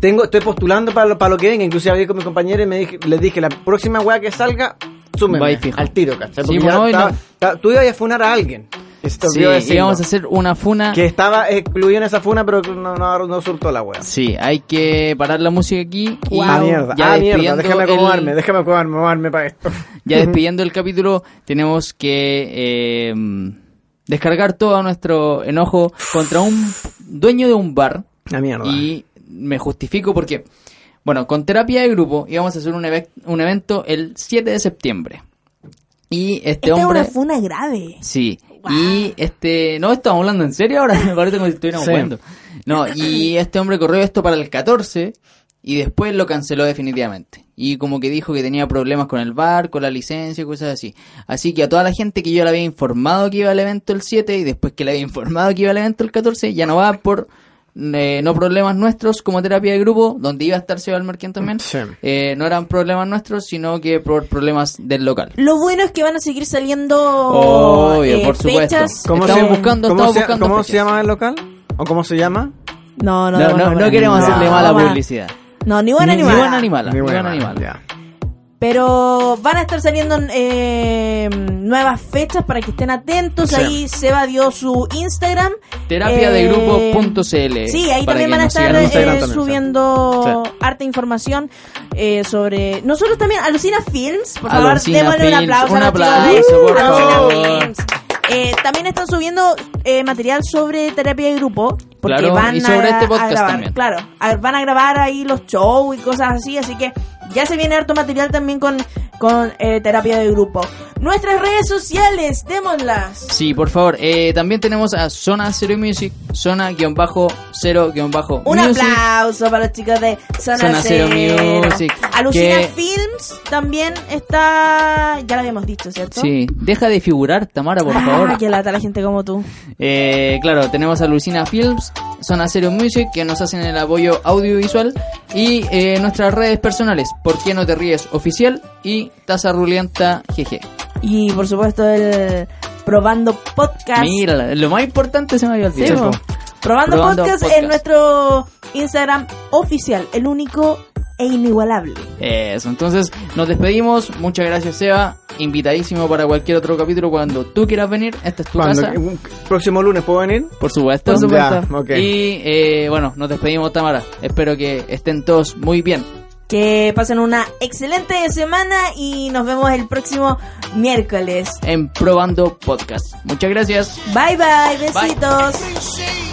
Speaker 4: tengo, estoy postulando para lo, para lo que venga. Inclusive hablé con mis compañeros y me dije, les dije, la próxima weá que salga,
Speaker 3: Va y
Speaker 4: súmenme
Speaker 3: fijo.
Speaker 4: al tiro, ¿cachai? Porque
Speaker 3: Sí,
Speaker 4: ya
Speaker 3: bueno, y
Speaker 4: estaba-
Speaker 3: no-
Speaker 4: estaba- tú ibas a funar a alguien. Y se te
Speaker 3: Sí,
Speaker 4: olvidó decirlo.
Speaker 3: íbamos a hacer una funa.
Speaker 4: Que estaba excluido en esa funa, pero no, no, no surtó la weá.
Speaker 3: Sí, hay que parar la música aquí. y
Speaker 4: Ah, mierda,
Speaker 3: ya
Speaker 4: ah, mierda,
Speaker 3: despidiendo
Speaker 4: déjame
Speaker 3: el-
Speaker 4: acomodarme, déjame acomodarme, acomodarme para esto.
Speaker 3: Ya despidiendo el capítulo, tenemos que eh, descargar todo nuestro enojo contra un dueño de un bar.
Speaker 4: La Ah, mierda.
Speaker 3: Y me justifico porque, bueno, con terapia de grupo íbamos a hacer un, eve- un evento el 7 de septiembre. Y este
Speaker 1: Esta
Speaker 3: hombre...
Speaker 1: es una funa grave.
Speaker 3: Sí. Y este. No, estamos hablando en serio ahora. Me parece como si estuviéramos
Speaker 4: Sí.
Speaker 3: jugando. No, y este hombre corrió esto para el 14 y después lo canceló definitivamente. Y como que dijo que tenía problemas con el bar, con la licencia y cosas así. Así que a toda la gente que yo le había informado que iba al evento el 7 y después que le había informado que iba al evento el 14, ya no va por. eh, no problemas nuestros como terapia de grupo, donde iba a estar Seba Merquén también,
Speaker 4: Sí.
Speaker 3: eh, no eran problemas nuestros, sino que por problemas del local.
Speaker 1: Lo bueno es que van a seguir saliendo
Speaker 3: Obvio,
Speaker 1: eh,
Speaker 3: por supuesto.
Speaker 1: fechas.
Speaker 3: ¿Cómo
Speaker 1: eh,
Speaker 3: estamos buscando,
Speaker 4: ¿cómo
Speaker 3: estamos
Speaker 4: se-
Speaker 3: buscando
Speaker 4: ¿Cómo
Speaker 3: fechas.
Speaker 4: se llama el local? ¿O cómo se llama?
Speaker 1: No, no,
Speaker 3: No,
Speaker 1: damos
Speaker 3: no,
Speaker 1: buena.
Speaker 3: no queremos
Speaker 4: no,
Speaker 3: hacerle
Speaker 4: no,
Speaker 3: mala
Speaker 1: va.
Speaker 3: publicidad.
Speaker 1: No, ni buena ni, mala.
Speaker 3: buena ni mala. Ni
Speaker 4: Muy
Speaker 3: buena
Speaker 4: buena,
Speaker 3: ni mala.
Speaker 4: ya.
Speaker 1: Pero van a estar saliendo eh, nuevas fechas para que estén atentos.
Speaker 4: Sí.
Speaker 1: Ahí Seba dio su Instagram.
Speaker 3: Terapia de grupo.cl.
Speaker 1: Eh, Sí, ahí
Speaker 3: para que
Speaker 1: también van a
Speaker 3: nos
Speaker 1: estar
Speaker 3: sigan.
Speaker 1: eh,
Speaker 4: Instagram también, sí.
Speaker 1: subiendo
Speaker 4: Sí.
Speaker 1: harta información eh, sobre. Nosotros también, Alucina Films, por favor,
Speaker 3: Alucina
Speaker 1: démosle un
Speaker 3: Films,
Speaker 1: aplauso.
Speaker 3: un
Speaker 1: a los chicos
Speaker 3: aplauso,
Speaker 1: de
Speaker 3: por
Speaker 1: Alucina
Speaker 3: favor.
Speaker 1: Films. Eh, también están subiendo eh, material sobre terapia de grupo. Porque
Speaker 3: Claro,
Speaker 1: van
Speaker 3: y sobre
Speaker 1: a,
Speaker 3: este podcast
Speaker 1: a grabar,
Speaker 3: también.
Speaker 1: Claro, a- van a grabar ahí los shows y cosas así. Así que ya se viene harto material también con, con eh, terapia de grupo. Nuestras redes sociales, démoslas.
Speaker 3: Sí, por favor. Eh, también tenemos a Zona Cero Music, Zona-Cero-Music.
Speaker 1: Un aplauso para los chicos de Zona,
Speaker 3: Zona Cero
Speaker 1: Cero.
Speaker 3: Music,
Speaker 1: Alucina
Speaker 3: que-
Speaker 1: Films también está. Ya lo habíamos dicho, ¿cierto?
Speaker 3: Sí, deja de figurar, Tamara, por
Speaker 1: Ah,
Speaker 3: favor.
Speaker 1: que lata la gente como tú.
Speaker 3: Eh, claro, tenemos a Lucina Films, Zona Cero Music, que nos hacen el apoyo audiovisual. Y eh, nuestras redes personales, ¿Por qué no te ríes? Oficial y Taza Rulienta GG.
Speaker 1: Y por supuesto, el Probando Podcast.
Speaker 3: Mira, lo más importante se me había
Speaker 1: Sí,
Speaker 3: olvidado.
Speaker 1: po. Probando,
Speaker 3: Probando
Speaker 1: podcast,
Speaker 3: Podcast.
Speaker 1: en nuestro Instagram oficial, el único e inigualable.
Speaker 3: Eso, entonces nos despedimos. Muchas gracias, Seba. Invitadísimo para cualquier otro capítulo cuando tú quieras venir. Esta es tu
Speaker 4: ¿Cuándo?
Speaker 3: casa.
Speaker 4: ¿Próximo lunes puedo venir?
Speaker 3: Por supuesto.
Speaker 4: Por supuesto. Ya, ok.
Speaker 3: Y eh, bueno, nos despedimos, Tamara. Espero que estén todos muy bien.
Speaker 1: Que pasen una excelente semana y nos vemos el próximo miércoles.
Speaker 3: En Probando Podcast. Muchas gracias.
Speaker 1: Bye bye, besitos.
Speaker 2: Sing, sing.